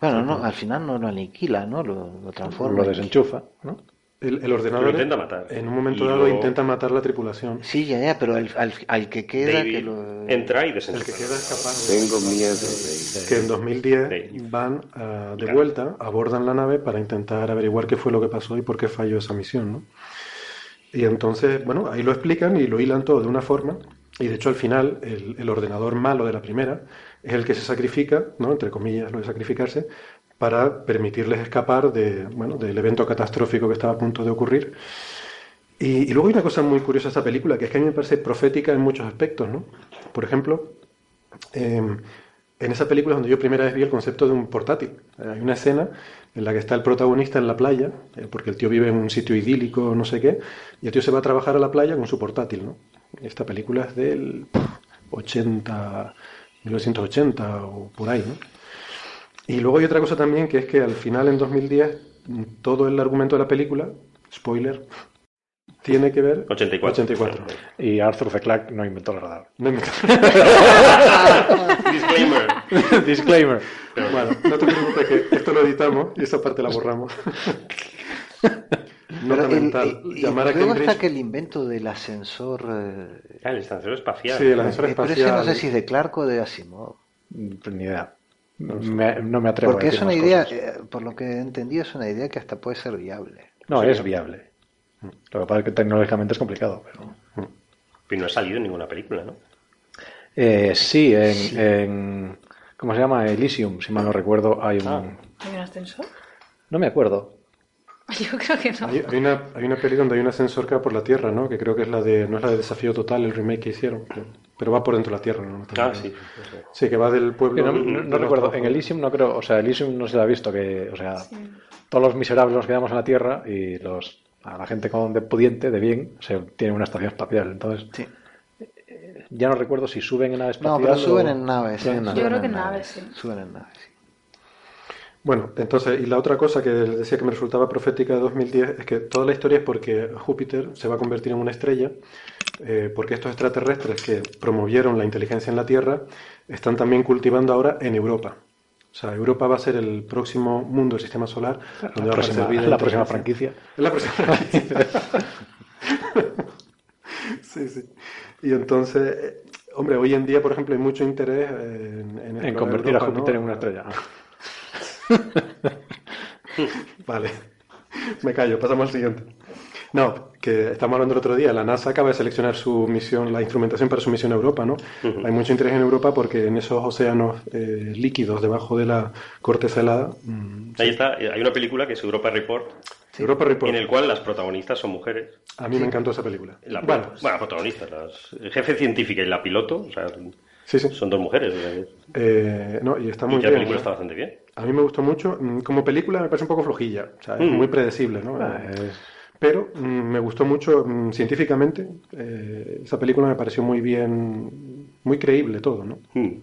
H: Bueno, no, al final no lo aniquila, ¿no? Lo, lo transforma.
E: lo
H: en-
E: desenchufa, ¿no?
C: El, el ordenador
F: Lo intenta matar.
C: en un momento
F: Y
C: dado
F: luego-
C: intenta matar la tripulación.
H: Sí, ya, ya, pero al, al- al que queda
F: David
H: que lo...
F: entra y
C: El que
F: desenchufa.
C: queda es capaz de-
I: Tengo miedo de
C: que en 2010
F: Dave.
C: van ah, de vuelta, abordan la nave para intentar averiguar qué fue lo que pasó y por qué falló esa misión, ¿no? Y entonces, bueno, ahí lo explican y lo hilan todo de una forma. Y de hecho, al final, el, el ordenador malo de la primera es el que se sacrifica, ¿no? Entre comillas, lo de sacrificarse, para permitirles escapar de, bueno, del evento catastrófico que estaba a punto de ocurrir. Y, y luego hay una cosa muy curiosa de esta película, que es que a mí me parece profética en muchos aspectos, ¿no? Por ejemplo, eh, en esa película es donde yo primera vez vi el concepto de un portátil. Eh, Hay una escena en la que está el protagonista en la playa, eh, porque el tío vive en un sitio idílico, no sé qué, y el tío se va a trabajar a la playa con su portátil, ¿no? Esta película es del puf, 80, 1980 o por ahí, ¿no? Y luego hay otra cosa también que es que al final, en 2010, mm, todo el argumento de la película, spoiler, tiene que ver...
F: 84.
C: 84.
E: Y Arthur C. Clarke no inventó el radar.
C: No me-
F: *laughs*
E: *laughs*
F: Disclaimer.
E: Disclaimer.
C: Bueno, no te preocupes que esto lo editamos y esa parte la
H: *laughs*
C: borramos.
H: Pero
C: Nota
H: el- eh,
C: mental.
H: y- y
C: Llamar a
H: luego
C: Cambridge.
H: está que el invento del ascensor... eh,
F: Ah, el estanciero espacial.
C: Sí, el ascensor
H: eh, pero ese no
C: espacial.
H: sé si es de Clark o de Asimov.
E: Pues Ni idea. Me- no me atrevo
H: Porque
E: a decir
H: es una
E: más
H: idea,
E: cosas.
H: eh, por lo que he entendido, es una idea que hasta puede ser viable.
E: No, es viable. Lo que pasa es que tecnológicamente es complicado. Pero...
F: Y no ha salido en ninguna película, ¿no?
E: Eh, sí, en, en- ¿Cómo se llama? Elysium, si mal no recuerdo, hay un...
G: ¿Hay un ascensor? *laughs*
E: No me acuerdo.
G: Yo creo que no.
C: Hay, hay una, hay una peli donde hay un ascensor que va por la Tierra, ¿no? Que creo que es la de, no es la de Desafío Total, el remake que hicieron, pero- pero va por dentro de la Tierra, ¿no?
F: Ah, sí.
C: Sí, que va del
E: Que
C: pueblo.
E: No, no-
C: de
E: no
C: los
E: recuerdo.
C: trabajadores.
E: En Elysium no creo... O sea, Elysium no se la ha visto que... O sea, todos los miserables nos quedamos en la Tierra y los... A la gente con de pudiente, de bien, se tiene una estación espacial. Entonces,
H: Sí.
E: eh, ya no recuerdo si suben en nave
H: No,
E: espacial.
H: pero suben
E: o-
H: en naves.
E: suben
H: eh,
E: en
H: suben
E: nave.
G: Yo creo
H: en
G: que naves, sí.
H: Suben en naves. sí.
C: Bueno, entonces, y la otra cosa que les decía que me resultaba profética de 2010 es que toda la historia es porque Júpiter se va a convertir en una estrella, eh, porque estos extraterrestres que promovieron la inteligencia en la Tierra están también cultivando ahora en Europa. O sea, Europa va a ser el próximo mundo del sistema solar donde va
E: La
C: a aparecer
E: próxima,
C: vida
E: la próxima
C: inteligente.
E: franquicia.
C: Es *laughs* la próxima franquicia. *laughs* sí, sí. Y entonces, eh, hombre, hoy en día, por ejemplo, hay mucho interés eh, en, en
E: En
C: explorar
E: convertir
C: Europa,
E: a
C: ¿no?
E: Júpiter en una estrella. *laughs*
C: Vale, *laughs* me callo, pasamos al siguiente. No, que estamos hablando el otro día, la NASA acaba de seleccionar su misión, la instrumentación para su misión a Europa, ¿no? Hay mucho interés en Europa porque en esos océanos eh, líquidos debajo de la corteza helada, mm,
F: Ahí está. Hay una película que es Europa Report,
C: Europa Report,
F: en el cual las protagonistas son mujeres.
C: a mí me encantó esa película.
F: La,
C: Bueno,
F: bueno, protagonistas, las- el jefe científica y la piloto, o sea,
C: Sí, sí.
F: Son dos mujeres. o sea que-
C: Eh, no, y está
F: y
C: muy
F: que la
C: bien.
F: película
C: ¿no?
F: está bastante bien.
C: A mí me gustó mucho. Mm, Como película me parece un poco flojilla, o sea, es
F: Mm.
C: muy predecible, ¿no?
E: Ah,
C: Eh,
E: es-
C: Pero mm, me gustó mucho mm, científicamente. eh, esa película me pareció muy bien, muy creíble todo, ¿no?
F: Mm.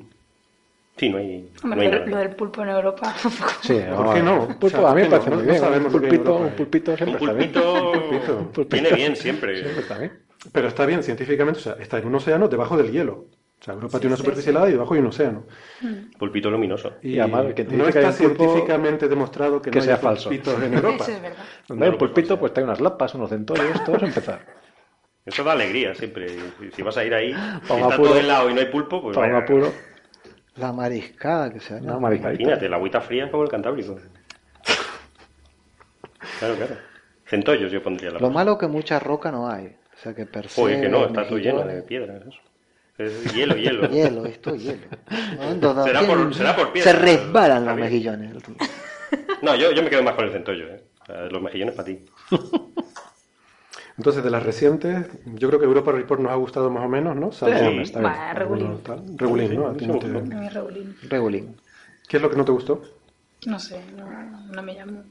F: Sí, no hay, no
G: Hombre,
F: hay
G: lo,
F: nada.
G: lo del pulpo en Europa. *laughs*
E: Sí,
C: ¿Por qué no? eh,
E: Pulpo,
C: O sea,
E: a mí me
C: ¿por qué
E: parece
C: no?
E: muy
C: No
E: bien.
C: sabemos
E: un
C: lo que hay en
E: pulpito,
C: Europa,
E: un
C: eh.
E: pulpito
F: Un
E: siempre está bien. *laughs*
F: pulpito,
C: *laughs* Un pulpito.
F: viene bien siempre.
E: Siempre está bien.
C: Pero está bien científicamente, o sea, está en un océano debajo del hielo. O sea, Europa tiene una
G: sí,
C: superficie
G: sí.
C: helada y debajo hay un océano.
F: Pulpito luminoso.
C: Y,
E: Y además, que te
C: no
E: dice que hay
C: está
E: un pulpo
C: científicamente demostrado que,
E: que
C: no
E: sea
C: haya
E: falso.
C: pulpitos en Europa.
G: Eso es verdad.
E: Donde hay un pulpito, pues hay unas lapas, unos centollos, todo es empezar.
F: Eso da alegría siempre. Si- Si vas a ir ahí, si
E: un
F: está
E: apuro.
F: todo helado y no hay pulpo, *laughs* pues
E: Para un
F: vaya,
E: apuro,
H: La mariscada que se da.
E: una mariscadita.
F: Imagínate, la agüita fría es como el Cantábrico. Claro, claro. Centollos yo pondría la
H: Lo malo que mucha roca no hay. O sea que per se,
F: Joder, que no, está todo lleno
H: mejillones,
F: de piedras. eso. Es hielo, hielo.
H: Hielo, esto
F: *laughs*
H: es hielo. No, no, no,
F: Será por-
H: tienen-
F: será por
H: Se
F: piedra,
H: resbalan los
F: Javier.
H: mejillones.
F: No, yo, yo me quedo más con el centollo. ¿eh? O sea, Los mejillones para ti.
C: Entonces, de las recientes, yo creo que Europa Report nos ha gustado más o menos, ¿no? Salvo-
F: Sí.
C: está bien.
G: Bah, regulín.
C: tal. Regulín, ¿no? A ti no te-
G: A mí Raulín.
H: Regulín.
C: ¿Qué es lo que no te gustó?
G: No sé, no, no me llamo.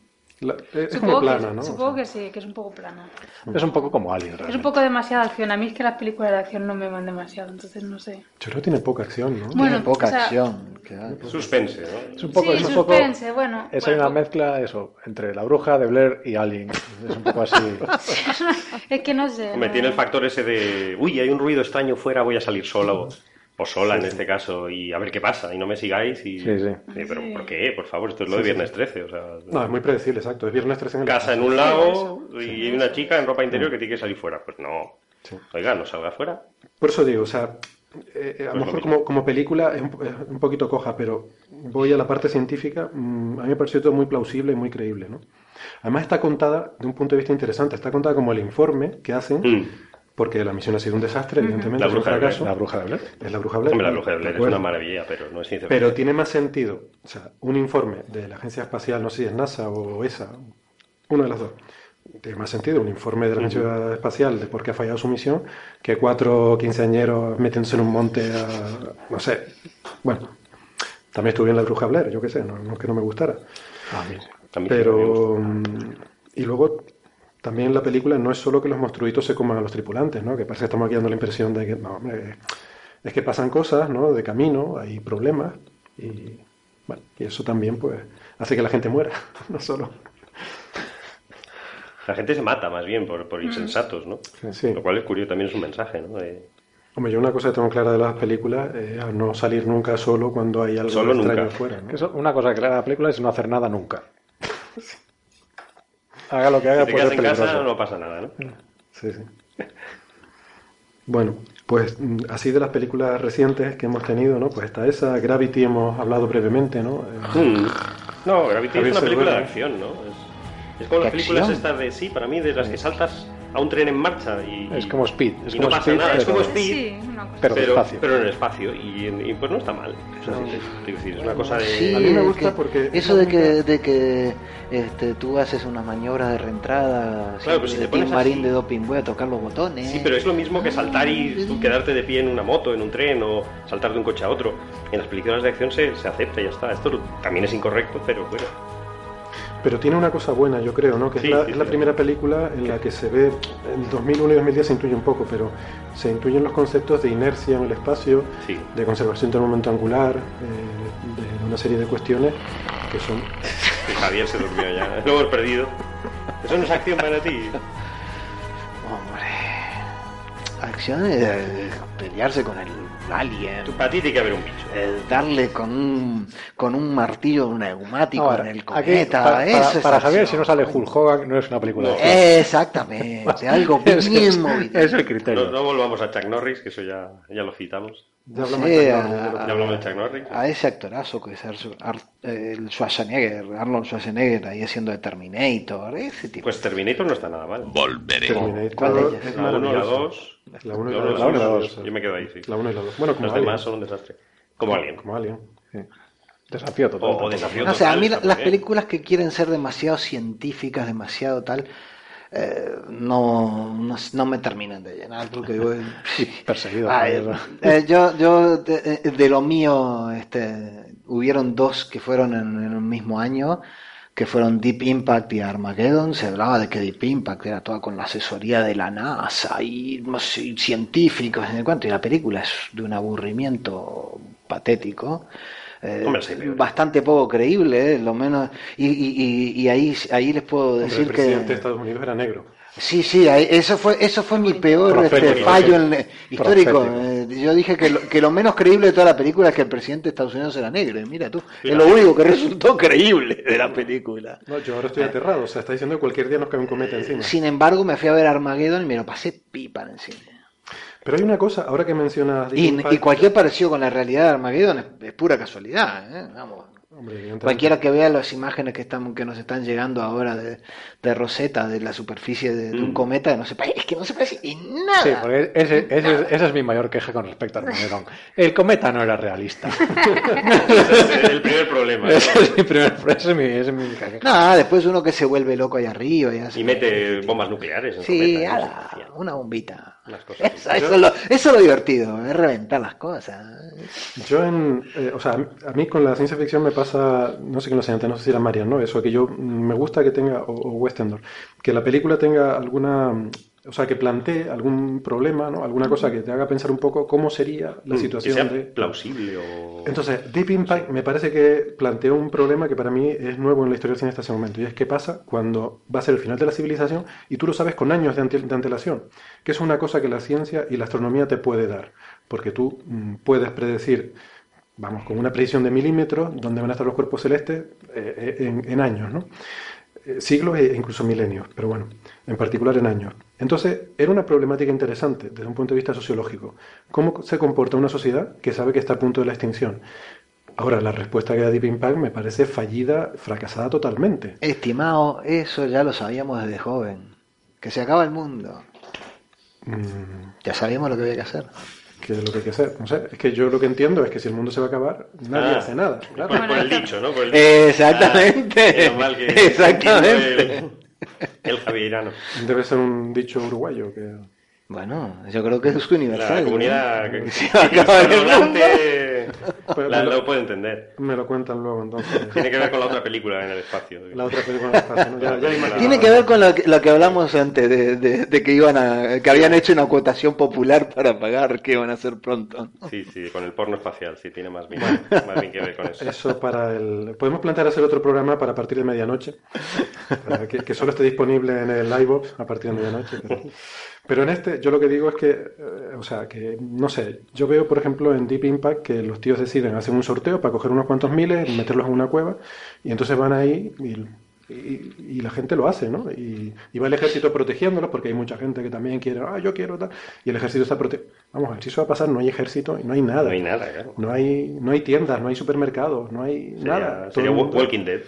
C: La- eh, es
G: Supongo,
C: como plana,
G: que,
C: ¿no? O
G: supongo
C: sea,
G: que sí, que es un poco plana.
E: Es un poco como Alien,
G: Es un
E: realmente.
G: poco demasiada acción. A mí es que las películas de acción no me van demasiado, entonces no sé.
C: yo creo que tiene poca acción, ¿no?
G: Bueno,
H: Tiene poca
G: o sea-
H: acción. que hay.
F: Suspense, ¿no?
E: Es un poco,
G: sí,
E: es un poco,
G: suspense, bueno.
E: es
G: bueno,
E: una mezcla, eso, entre la bruja de Blair y Alien. Es un poco
G: *laughs*
E: así.
G: Es que no sé.
F: Hombre,
G: no-
F: tiene el factor ese de, uy, hay un ruido extraño fuera, voy a salir sola o, o sola en este caso y a ver qué pasa y no me sigáis. Y... "Eh,
E: Sí, sí.
F: pero
G: Sí.
F: ¿por qué? Por favor, esto es lo de Viernes 13. O sea,
C: No, es muy predecible, exacto. Es viernes 13 en el
F: casa en un lado y hay una chica en ropa interior que tiene que salir fuera. Pues no. Oiga, no salga fuera.
C: Por eso digo, o sea, eh, eh, a lo
F: Pues lo
C: mejor
F: mismo.
C: como, como película es un, es un poquito coja, pero voy a la parte científica, mm, a mí me pareció todo muy plausible y muy creíble, ¿no? Además está contada de un punto de vista interesante, está contada como el informe que hacen,
F: Mm.
C: porque la misión ha sido un desastre, evidentemente,
F: La
C: es un
F: bruja de Blair,
C: fracaso.
E: La bruja de Blair.
C: Es la bruja Blair.
F: Hombre, la bruja de Blair
C: ¿de
F: es una
C: acuerdo?
F: maravilla, pero no es ciencia
C: Pero tiene más sentido, o sea, un informe de la Agencia Espacial, no sé si es NASA o ESA, una de las dos, tiene más sentido un informe de la Agencia Espacial de por qué ha fallado su misión que cuatro quinceañeros metiéndose en un monte a, no sé, bueno, también estuve en la Bruja Blair, yo qué sé, no, no es que no me gustara.
F: A mí sí me
C: Pero,
F: gusta.
C: mm, y luego, también la película no es solo que los monstruitos se coman a los tripulantes, ¿no? Que parece que estamos aquí dando la impresión de que, no, hombre, es que pasan cosas, ¿no? De camino, hay problemas, y, bueno, y eso también, pues, hace que la gente muera, *laughs* no solo.
F: La gente se mata más bien por, por insensatos, ¿no?
C: Sí.
F: Lo cual es curioso, también es un mensaje, ¿no? De-
E: Ah,
C: Hombre, yo una cosa que tengo clara de las películas es a no salir nunca solo cuando hay algo
F: Solo
C: extraño
F: nunca.
C: afuera, ¿no?
E: Eso, una cosa clara de la película es no hacer nada nunca. Haga lo que haga,
F: si te
E: puede
F: quedas
E: ser
F: en casa
E: pues peligroso.
F: no pasa nada, ¿no?
C: Sí, sí. Bueno, pues mm, así de las películas recientes que hemos tenido, ¿no? Pues está esa, Gravity hemos hablado brevemente, ¿no? Eh,
F: Mm. No, Gravity
C: Javier
F: es una película de
C: Cervera.
F: acción, ¿no? Es, es como las
H: ¿Qué
F: películas
H: acción?
F: estas de, sí, para mí, de las que saltas a un tren en marcha y...
E: Es como Speed, es
F: y
E: como
F: no pasa
E: Speed,
F: nada, es
E: pero-
F: como Speed,
G: Sí, una cosa.
E: Pero
F: pero,
E: despacio.
F: pero en el espacio y, en- y pues no está mal. O sea, es decir, es una cosa de...
H: Sí,
C: A mí me
H: de
C: gusta
H: que-
C: porque es
H: Eso
C: la
H: de que,
C: única-
H: de que este, tú haces unas maniobras de
F: Claro,
H: reentrada
F: pero
H: siempre
F: si
H: de
F: te pones
H: Tim Marín
F: así-
H: de doping, voy a tocar los botones.
F: Sí, pero es lo mismo que saltar y tú quedarte de pie en una moto, en un tren o saltar de un coche a otro. En las películas de acción se, se acepta y ya está. Esto también es incorrecto, pero bueno.
C: Pero tiene una cosa buena, yo creo, ¿no? Que
F: Ah. Sí,
C: es la,
F: sí,
C: es la
F: sí.
C: primera película en la que se ve, en 2001 y 2010 se intuye un poco, pero se intuyen los conceptos de inercia en el espacio,
F: Sí.
C: de conservación del momento angular, eh, de una serie de cuestiones que son...
F: Y Javier se durmió ya. *laughs* Lo hemos perdido. Eso no es acción para ti.
H: Hombre. Acciones de pelearse con el alien.
F: Tú- Para ti tiene que haber un bicho.
H: eh, darle con un, con un martillo neumático
E: Ahora,
H: en el
E: aquí,
H: cometa.
E: para, para-
H: eso es
E: para Javier,
H: acción.
E: si no sale Hulk Hogan, no es una película de acción.
H: Exactamente, algo
C: *laughs*
H: bien
E: Ese *laughs* es,
H: movido.
E: es el
F: No,
E: criterio.
F: no volvamos a Chuck Norris, que eso ya, ya lo citamos.
C: Ya hablamos
H: Sí,
C: de
H: a-
C: Technology, de lo
F: Ya hablamos de Chuck Norris.
H: a ese actorazo que es Ar- Ar- el Schwarzenegger, Arnold Schwarzenegger ahí haciendo de Terminator, ese tipo.
F: Pues Terminator no está nada mal.
C: que
I: Volveré.
H: ¿Cuál de
C: Terminator
H: ellas?
C: es
F: La 1, la
C: maravillosa. La
F: 2.
C: uno y la
F: Yo
C: dos.
F: no-
E: La uno y la
F: yo-
E: dos.
F: Yo me quedo ahí, sí.
C: La 1 y la 2. Bueno, como
F: Los
C: Alien.
F: demás son un desastre. Como alguien.
C: Como Alien.
E: Desafío total.
F: O- o desafío
H: No sé, a
F: total,
H: mí la-
F: está muy
H: las
F: bien.
H: películas que quieren ser demasiado científicas, demasiado tal, eh, no, no, no me terminan de llenar porque *laughs* yo,
J: Perseguido.
H: Ah, eh,
J: joder.
H: eh, yo, yo de, eh, de lo mío, este, hubieron dos que fueron en, en el mismo año, que fueron Deep Impact y Armageddon. Se hablaba de que Deep Impact era toda con la asesoría de la NASA y, no sé, y científicos, en el cuanto, y la película es de un aburrimiento patético. eh,
F: Hombre, sí, pero-
H: bastante poco creíble, eh, lo menos. Y, y- y- y ahí, ahí les puedo
C: Hombre, el
H: decir
C: presidente de
H: que.
C: Estados Unidos era negro.
H: Sí, sí, ahí- eso fue, eso fue mi peor este,
J: Profético,
H: fallo
J: sí.
H: en- histórico.
J: Profético.
H: Eh, yo dije que lo, que lo menos creíble de toda la película es que el presidente de Estados Unidos era negro. Y mira tú, es lo único que resultó creíble de la película. Eh,
C: No, yo ahora estoy aterrado. O sea, está diciendo que cualquier día nos cae un cometa encima.
H: Sin embargo, me fui a ver Armageddon y me lo pasé pipa en el cine.
C: Pero hay una cosa, ahora que mencionas. Deep
H: Y,
C: Impact-
H: y cualquier parecido con la realidad de Armageddon es, es pura casualidad. ¿eh? Vamos.
C: Hombre, evidentemente.
H: Cualquiera que vea las imágenes que, estamos, que nos están llegando ahora de, de Rosetta, de la superficie de, de un cometa, no se pare- es que no se parece en nada.
J: Mm. Sí, porque ese- ese- esa es mi mayor queja con respecto a Armagedón. El cometa no era realista.
F: Ese es el primer problema.
H: *laughs*
F: ¿no?
J: Ese es mi primer *laughs* ese es mi, ese es mi única queja.
H: No, después uno que se vuelve loco ahí arriba y hace...
F: Y mete bombas nucleares. en
H: Sí,
F: cometa, ¿no?
H: ala, una bombita.
F: Las cosas.
H: Eso, eso es lo, eso es lo divertido, es reventar las cosas.
C: Yo en, eh, o sea, a mí con la ciencia ficción me pasa, no sé qué lo sé, antes no sé si era Marian, ¿no? Eso, que yo mm, me gusta que tenga, o, o Westendor, que la película tenga alguna, mm, o sea, que plantee algún problema, ¿no? Alguna cosa que te haga pensar un poco cómo sería la
F: Mm,
C: situación
F: que sea
C: de...
F: plausible o...
C: Entonces, Deep Impact me parece que planteó un problema que para mí es nuevo en la historia del cine hasta ese momento, y es qué pasa cuando va a ser el final de la civilización y tú lo sabes con años de, ante- de antelación, que es una cosa que la ciencia y la astronomía te puede dar, porque tú mm, puedes predecir, vamos, con una precisión de milímetros, dónde van a estar los cuerpos celestes eh, eh, en, en años, ¿no? eh, siglos e incluso milenios, pero bueno, en particular en años. Entonces, era una problemática interesante desde un punto de vista sociológico. ¿Cómo se comporta una sociedad que sabe que está a punto de la extinción? Ahora, la respuesta que da Deep Impact me parece fallida, fracasada totalmente.
H: Estimado, eso ya lo sabíamos desde joven. Que se acaba el mundo.
C: Mm,
H: Ya sabíamos lo que había que hacer.
C: que es lo que hay que hacer? No sé, es que yo lo que entiendo es que si el mundo se va a acabar, nadie
F: Ah.
C: hace nada. claro.
F: Por, por el dicho, ¿no? Por el dicho.
H: Exactamente.
F: Ah, menos
H: *laughs*
F: mal que-
H: Exactamente.
F: El, el javierano.
C: Debe ser un dicho uruguayo que...
H: Bueno, yo creo que es
F: La
H: universal. ¿no?
F: comunidad
H: Se va a acabar el mundo.
F: hispanohablante
C: Pero-
F: la-
C: pero-
F: lo puede entender.
C: Me lo cuentan luego entonces.
F: *laughs* Tiene que ver con la otra película en el espacio.
C: La otra película del espacio, ¿no? Ya- ya imagino.
H: Tiene que ver con lo que, lo que hablamos antes de, de- de que iban a, que habían hecho una cotación popular para pagar que iban a hacer pronto.
F: Sí, sí, con el porno espacial, sí, tiene más bien, más bien que ver con eso.
C: Eso para el. Podemos plantear hacer otro programa para a partir de medianoche, para que, que solo esté disponible en el iVoox a partir de medianoche. Pero, pero en este, yo lo que digo es que, eh, o sea, que no sé, yo veo, por ejemplo, en Deep Impact que los tíos deciden hacer un sorteo para coger unos cuantos miles, meterlos en una cueva, y entonces van ahí y. y- y la gente lo hace, ¿no? Y, y va el ejército protegiéndolos porque hay mucha gente que también quiere, ah, yo quiero tal, y el ejército está protegiendo. Vamos a ver, si eso va a pasar, no hay ejército y no hay nada.
F: No hay nada, claro.
C: No hay, no hay tiendas, no hay supermercados, no hay
F: Sería,
C: nada. Todo
F: sería
C: el
F: Wa-
C: mundo-
F: Walking Dead.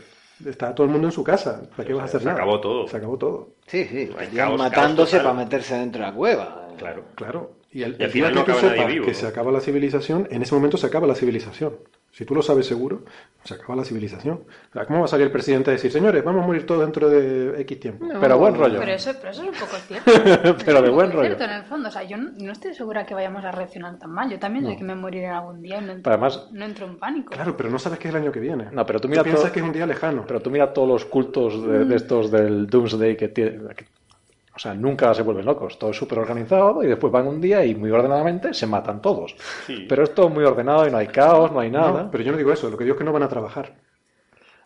C: Está todo el mundo en su casa. ¿Para qué vas a hacer
F: se
C: nada?
F: acabó todo.
C: Se acabó todo.
H: Sí, sí,
F: Hay
H: iban
F: caos,
H: matándose
F: caos total.
H: para meterse dentro de la cueva.
F: Claro.
C: Claro. Y, el,
F: Y al
C: el
F: final
C: día
F: no
C: que tú
F: acaba nadie
C: sepas
F: vivo,
C: que
F: ¿no?
C: se acaba la civilización, en ese momento se acaba la civilización. Si tú lo sabes seguro, se acaba la civilización. O sea, ¿Cómo va a salir el presidente a decir, señores, vamos a morir todos dentro de X tiempo?
J: Pero buen rollo.
G: Pero eso, pero eso es un poco cierto. Eso es
J: Pero de
G: un
J: buen
G: poco
J: rollo.
G: cierto, en el fondo, o sea, yo no, no estoy segura que vayamos a reaccionar tan mal. Yo también sé que me moriré algún día y no entro,
J: Pero además-
G: no entro en pánico. *laughs*
C: Claro, pero no sabes qué es el año que viene.
J: No, pero tú
C: Tú
J: mira
C: piensas
J: todo-
C: que es un día lejano.
J: Pero tú mira todos los cultos de, de estos del Doomsday que tienen. o sea, nunca se vuelven locos. Todo es súper organizado y después van un día y muy ordenadamente se matan todos.
F: Sí.
J: Pero es todo muy ordenado y no hay caos, no hay
C: No,
J: nada.
C: pero yo no digo eso. Lo que digo es que no van a trabajar.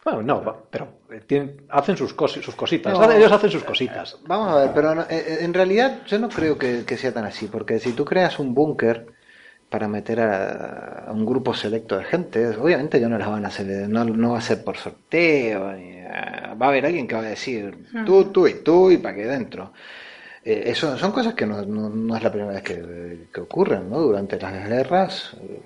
J: Bueno, no, va- pero eh, tienen- hacen sus, cosi- sus cositas.
H: No.
J: Ellos hacen sus cositas.
H: Vamos a ver, pero no- eh, eh, en realidad yo no creo que, que sea tan así, porque si tú creas un búnker para meter a, a un grupo selecto de gente, obviamente ya no las van a hacer, no, no va a ser por sorteo, ni- ah, va a haber alguien que va a decir tú, tú y tú y para que dentro. Eh, eso son cosas que no, no- no es la primera vez que, que ocurren, ¿no? Durante las guerras eh,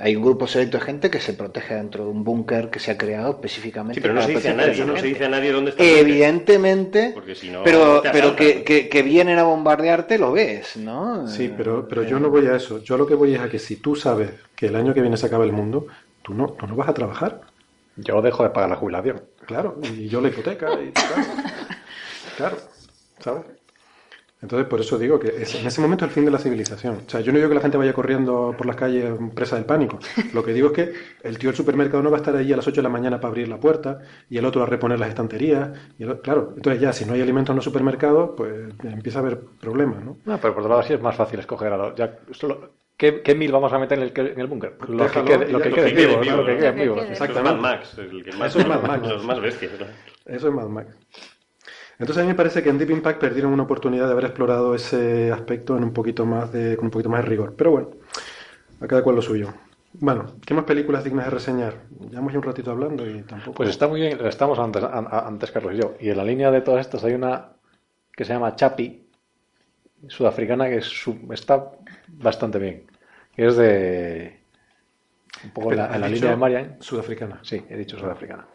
H: hay un grupo selecto de gente que se protege dentro de un búnker que se ha creado específicamente
F: Sí, pero no
H: para
F: se dice a
H: proteger
F: nadie, no se
H: gente.
F: dice a nadie dónde está. el búnker.
H: Evidentemente,
F: Porque si no,
H: pero,
F: te
H: pero que,
F: asaltan.
H: que- que vienen a bombardearte lo ves, ¿no? Eh,
C: Sí, pero, pero yo no voy a eso. Yo a lo que voy es a que si tú sabes que el año que viene se acaba el mundo, tú no, tú no vas a trabajar.
J: Yo dejo de pagar la jubilación.
C: Claro, y yo la hipoteca. Y, claro, claro. ¿sabes? Entonces, por eso digo que es- en ese momento es el fin de la civilización. O sea, yo no digo que la gente vaya corriendo por las calles presa del pánico. Lo que digo es que el tío del supermercado no va a estar ahí a las 8 de la mañana para abrir la puerta y el otro a reponer las estanterías. Y el o- claro, entonces ya, si no hay alimentos en los supermercados, pues empieza a haber problemas, ¿no?
E: No, pero por otro lado sí es más fácil escoger a los... ya, solo- ¿qué, qué mil vamos a meter en el, que- en el búnker? Pues Lo que
C: Déjalo,
E: quede, lo
C: ya,
E: que
C: lo
E: quede
C: que
F: quede
E: vivo, ¿no?
F: vivo,
E: Lo que quede
G: lo que
E: vivo.
G: quede.
E: sí, sí.
F: Los Mad Max, el que más,
C: Eso es Mad Max.
F: los más bestias. ¿no?
C: Eso es Mad Max. Entonces a mí me parece que en Deep Impact perdieron una oportunidad de haber explorado ese aspecto en un poquito más de, con un poquito más de rigor. Pero bueno, a cada cual lo suyo. Bueno, ¿qué más películas dignas de reseñar? Llevamos ya un ratito hablando y tampoco.
E: Pues está muy bien, lo estamos antes, an- a- antes Carlos y yo. Y en la línea de todas estas hay una que se llama Chapi, sudafricana, que es su- está bastante bien. Que es de... Un poco en la,
C: Espera,
E: en la
C: ¿has
E: línea de
C: dicho
E: Marian.
C: Sudafricana.
E: Sí, he dicho sudafricana.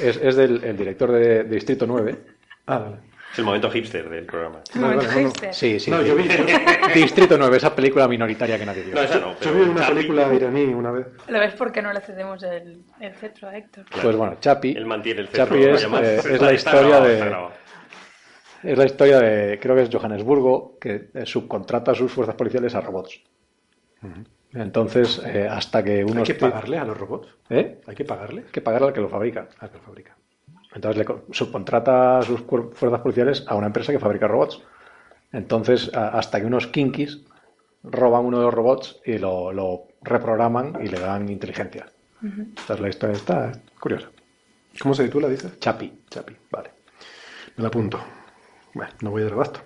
E: Es, es del el director de, de Distrito 9.
C: Ah, vale.
F: Es el momento hipster del programa.
C: Vale, vale,
G: Momento
C: no, no.
G: hipster.
E: Sí, sí.
C: No,
E: sí.
C: yo vi, yo-
E: Distrito 9, esa película minoritaria que nadie vio.
F: No, esa no.
C: yo
F: pero
C: vi una
F: Chapi,
C: película iraní una vez.
G: ¿Lo ves por qué no le cedemos el, el cetro a Héctor?
E: Pues bueno, Chapi
F: Él mantiene el centro.
E: Chapi es, eh, es la historia de...
F: de...
E: Es la historia de, creo que es Johannesburgo, que eh, subcontrata a sus fuerzas policiales a robots. Entonces, eh, hasta que unos...
C: ¿Hay que
E: ti-
C: pagarle a los robots?
E: ¿Eh?
C: ¿Hay que pagarle?
E: Hay que pagar al que lo fabrica.
C: Ah, que lo fabrica.
E: Entonces, le co- subcontrata a sus cuer- fuerzas policiales a una empresa que fabrica robots. Entonces, a- hasta que unos kinkis roban uno de los robots y lo, lo reprograman y le dan inteligencia. Esta es la historia, está eh. curiosa.
C: ¿Cómo se titula, dices?
E: Chapi, Chapi, vale.
C: Me la apunto. Bueno, no voy a dar abasto.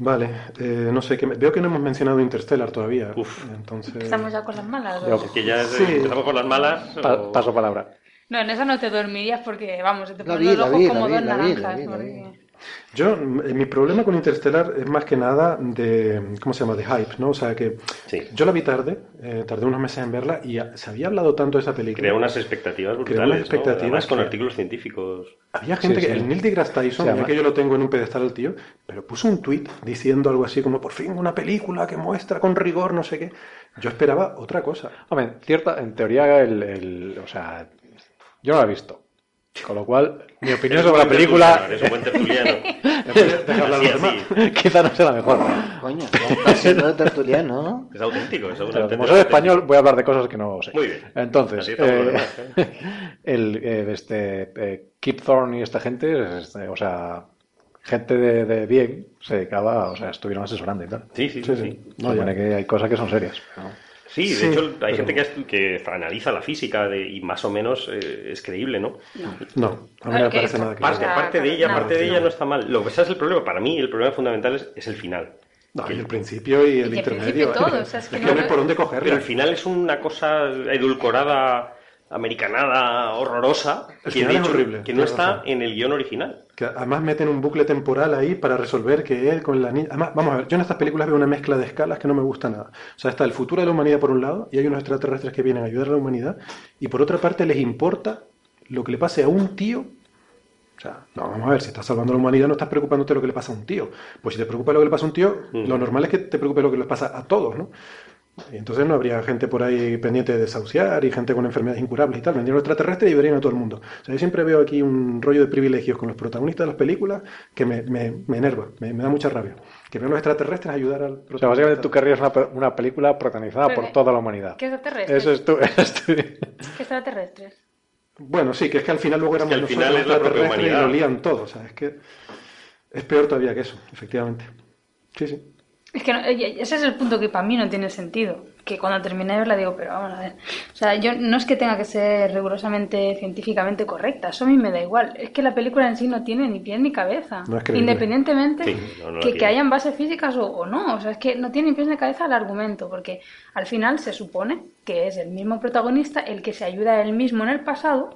C: Vale, eh, no sé qué. me- Veo que no hemos mencionado Interstellar todavía.
F: Uf.
C: entonces.
G: Estamos ya con las malas.
C: Ah.
E: Yo-
F: Que ya es-
C: Sí.
F: empezamos con las malas.
E: Pa-
F: o-
E: paso palabra.
G: No, en esa no te dormirías porque, vamos, se te
H: La
G: ponen
H: vi,
G: los
H: la
G: ojos
H: vi,
G: como
H: la vi,
G: dos
H: la vi, la
G: naranjas.
H: vi, la
G: porque-
C: Yo, mm, mi problema con Interstellar es más que nada de, ¿cómo se llama? De hype, ¿no? O sea que
F: Sí.
C: yo la vi tarde, eh, tardé unos meses en verla y ah, se había hablado tanto de esa película.
F: Crea unas expectativas brutales.
C: Crea unas
F: ¿no?
C: expectativas
F: Además, con
C: que-
F: artículos científicos.
C: Había gente
E: Sí,
C: que,
E: sí.
C: el Neil deGrasse Tyson,
E: Se
C: ya
E: llama-
C: que yo lo tengo en un pedestal el tío, pero puso un tweet diciendo algo así como, por fin, una película que muestra con rigor, no sé qué. Yo esperaba otra cosa.
E: Hombre, cierta, en teoría, el, el- o sea, yo no la he visto. Con lo cual,
F: *laughs*
E: mi opinión
F: Eres un
E: sobre la
F: buen
E: película
F: tertuliano, Eres un buen tertuliano.
C: *laughs* Deja hablar a los
F: Así,
C: demás.
F: así.
E: *laughs* quizá no sea la mejor.
H: Coño, ya está siendo de
C: *laughs*
H: tertuliano.
F: Es auténtico. Es un
E: Pero como
F: auténtico-
E: soy español, voy a hablar de cosas que no sé.
F: Muy bien.
C: pues,
E: Entonces,
F: Así estamos
E: eh,
F: los demás, ¿eh?
E: *laughs* el, eh, este, eh, Kip Thorne y esta gente, este, o sea, gente de, de bien, se dedicaba, o sea, estuvieron asesorando y tal.
F: Sí, sí, sí. sí.
E: No, ya. que hay cosas que son serias. ¿no?
F: Sí, de
C: Sí,
F: hecho, hay
C: pero-
F: gente que, estu- que analiza la física de- y más o menos eh, es creíble, ¿no?
C: No, a mí no me
G: Ok,
C: parece nada que
G: Claro.
F: Parte,
C: ver.
F: parte de ella,
G: No,
F: parte de
C: sí.
F: ella no está mal. Lo que ese es el problema. Para mí, el problema fundamental es, es el final.
C: No, y el principio y el
G: el
C: intermedio. ¿eh?
G: principio todo, o sea, es que
C: no
G: no
C: ves
G: lo-
C: por dónde
F: Pero
C: cogerla.
F: el final es una cosa edulcorada, americanada, horrorosa,
C: El
F: que, de
C: final es
F: hecho,
C: horrible,
F: que no
C: tienes
F: está
C: razón.
F: en el guión original.
C: Que además meten un bucle temporal ahí para resolver que él con la niña... Además, vamos a ver, yo en estas películas veo una mezcla de escalas que no me gusta nada. O sea, está el futuro de la humanidad por un lado y hay unos extraterrestres que vienen a ayudar a la humanidad y por otra parte les importa lo que le pase a un tío. O sea, no, vamos a ver, si estás salvando a la humanidad no estás preocupándote lo que le pasa a un tío. Pues si te preocupa lo que le pasa a un tío,
F: Mm.
C: lo normal es que te preocupe lo que le pasa a todos, ¿no? Y entonces no habría gente por ahí pendiente de desahuciar y gente con enfermedades incurables y tal. Vendrían los extraterrestres y verían a todo el mundo. O sea, yo siempre veo aquí un rollo de privilegios con los protagonistas de las películas que me, me, me enerva, me, me da mucha rabia. Que vean los extraterrestres ayudar al
E: O sea,
C: protagonista.
E: básicamente tú querrías una, pe- una película protagonizada
G: Pero
E: por
G: que-
E: toda la humanidad.
G: ¿Qué extraterrestres?
E: Eso es tu... *laughs* es tu-
G: ¿Qué extraterrestres?
C: Bueno, sí, que es que al final luego
F: Es que
C: éramos
F: al
C: nosotros
F: final
C: los
F: es la propia
C: extraterrestres y
F: humanidad.
C: lo lían todo. O sea, es que es peor todavía que eso, efectivamente. Sí, sí.
G: Es que no- eh, ese es el punto que para mí no tiene sentido. Que cuando terminé de verla digo, pero vamos a ver. O sea, yo no es que tenga que ser rigurosamente científicamente correcta, eso a mí me da igual. Es que la película en sí no tiene ni pies ni cabeza.
C: No es creíble.
G: Independientemente
F: Sí, no, no la
G: que,
F: tiene.
G: que hayan bases físicas o, o no. O sea, es que no tiene ni pies ni cabeza el argumento, porque al final se supone que es el mismo protagonista el que se ayuda a él mismo en el pasado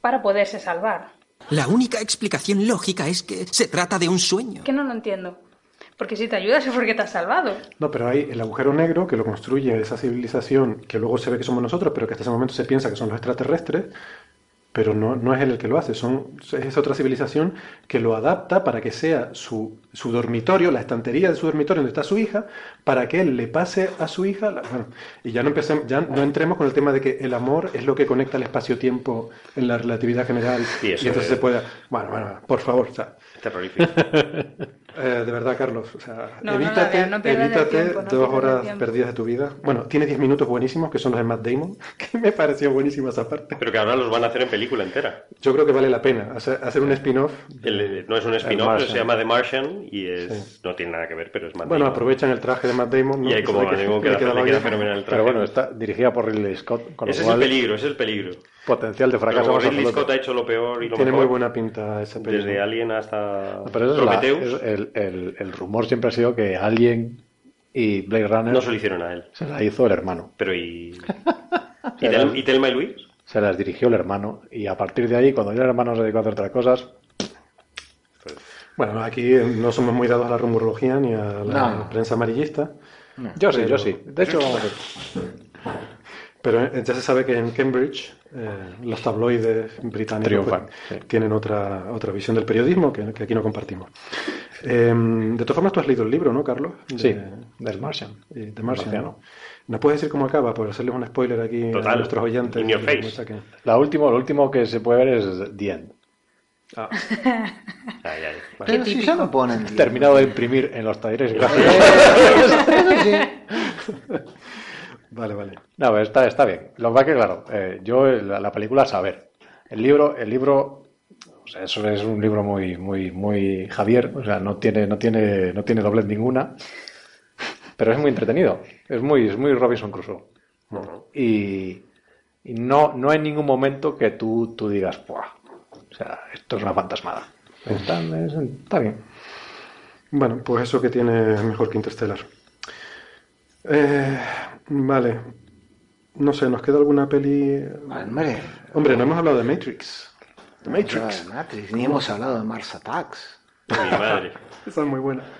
G: para poderse salvar.
L: La única explicación lógica es que se trata de un sueño.
G: Que no lo entiendo. Porque si te ayudas es porque te has salvado.
C: No, pero hay el agujero negro que lo construye esa civilización que luego se ve que somos nosotros, pero que hasta ese momento se piensa que son los extraterrestres. pero no, no es él el que lo hace, son, es otra civilización que lo adapta para que sea su, su dormitorio, la estantería de su dormitorio donde está su hija, para que él le pase a su hija. la- bueno, y ya no, empecemos, ya no entremos con el tema de que el amor es lo que conecta el espacio-tiempo en la relatividad general.
F: Sí, eso
C: y entonces
F: es.
C: se puede. Bueno, bueno, por favor. o sea,
F: Terrorífico.
C: eh, de verdad, Carlos, o sea,
G: No, no la
C: evítate,
G: veas, no pierdas el
C: evítate
G: tiempo, no
C: dos
G: pierdas el
C: horas
G: tiempo.
C: perdidas de tu vida. Bueno, tiene 10 minutos buenísimos, que son los de Matt Damon, *laughs* que me pareció buenísima esa parte.
F: Pero que ahora los van a hacer en película entera.
C: Yo creo que vale la pena hacer, hacer un spin-off.
F: El- el- no es un
C: El
F: spin-off, pero
C: Martian.
F: se llama The Martian y es, no tiene nada que ver, pero es más
C: eh, Bueno, aprovechan el traje de Matt Damon. ¿no?
F: Y ahí
C: Eso
F: como
C: de
F: Matt Damon queda-
C: *laughs* le quedaba
F: le queda
C: bien.
F: fenomenal el traje.
E: Pero bueno, está dirigida por Ridley Scott, con lo
F: Ese es el
E: cual
F: peligro, ese es el peligro.
E: potencial de
F: Pero
E: fracaso.
F: como
E: más
F: Ridley
E: absoluto.
F: Scott ha hecho lo peor y lo
C: Tiene muy
F: mejor,
C: buena pinta esa película.
F: desde Alien hasta
E: Ah, Pero eso es la-
F: Prometheus,
E: es- el, el- el rumor siempre ha sido que Alien y Blade Runner
F: no se lo hicieron a él.
E: se la hizo el hermano.
F: Pero y... ¿Y, Tel- y Telma y Luis?
E: Se las dirigió el hermano. Y a partir de ahí, cuando ya el hermano se dedicó a hacer otras cosas,
C: Bueno, aquí eh, no somos muy dados a la rumorología ni a la
H: No.
C: prensa amarillista.
E: yo sí,
C: Pero-
E: yo sí. De hecho, vamos a ver.
C: Pero eh, ya se sabe que en Cambridge eh, los tabloides británicos pues,
E: Triunfan, sí.
C: tienen otra, otra visión del periodismo que, que aquí no compartimos. Eh, de todas formas, tú has leído el libro, ¿no, Carlos? De-
E: sí, del Martian.
C: eh, de Martian.
E: Marciano.
C: ¿no? ¿Nos puedes decir cómo acaba? Por hacerles un spoiler aquí a
F: Total.
C: nuestros oyentes.
F: In your
C: Que
F: face.
C: nos saquen.
E: La último, lo último que se puede ver es The End.
C: Ah,
F: Ay, ay.
H: Pero si ya lo ponen. bien.
E: Terminado de imprimir en los talleres gráficos.
F: *laughs*
C: vale, vale.
E: No, pero está, está bien. Lo que pasa que, claro, eh, yo la, la película saber. El libro, el libro, o sea, eso es un libro muy, muy, muy Javier, o sea, no tiene, no tiene, no tiene doblez ninguna, pero es muy entretenido. Es muy, es muy Robinson Crusoe. Y, y no, no hay ningún momento que tú, tú digas, "Buah, o sea, esto es una fantasmada. Está, es- está bien.
C: Bueno, pues eso que tiene es mejor que Interstellar. Eh, vale. No sé, ¿nos queda alguna peli?
H: Hombre,
C: Hombre, no hemos hablado de Matrix. Ah, De
H: hablado de
C: Matrix.
H: Matrix, ni hemos hablado de Mars Attacks.
F: Mi madre.
C: Esa es muy buena. *laughs*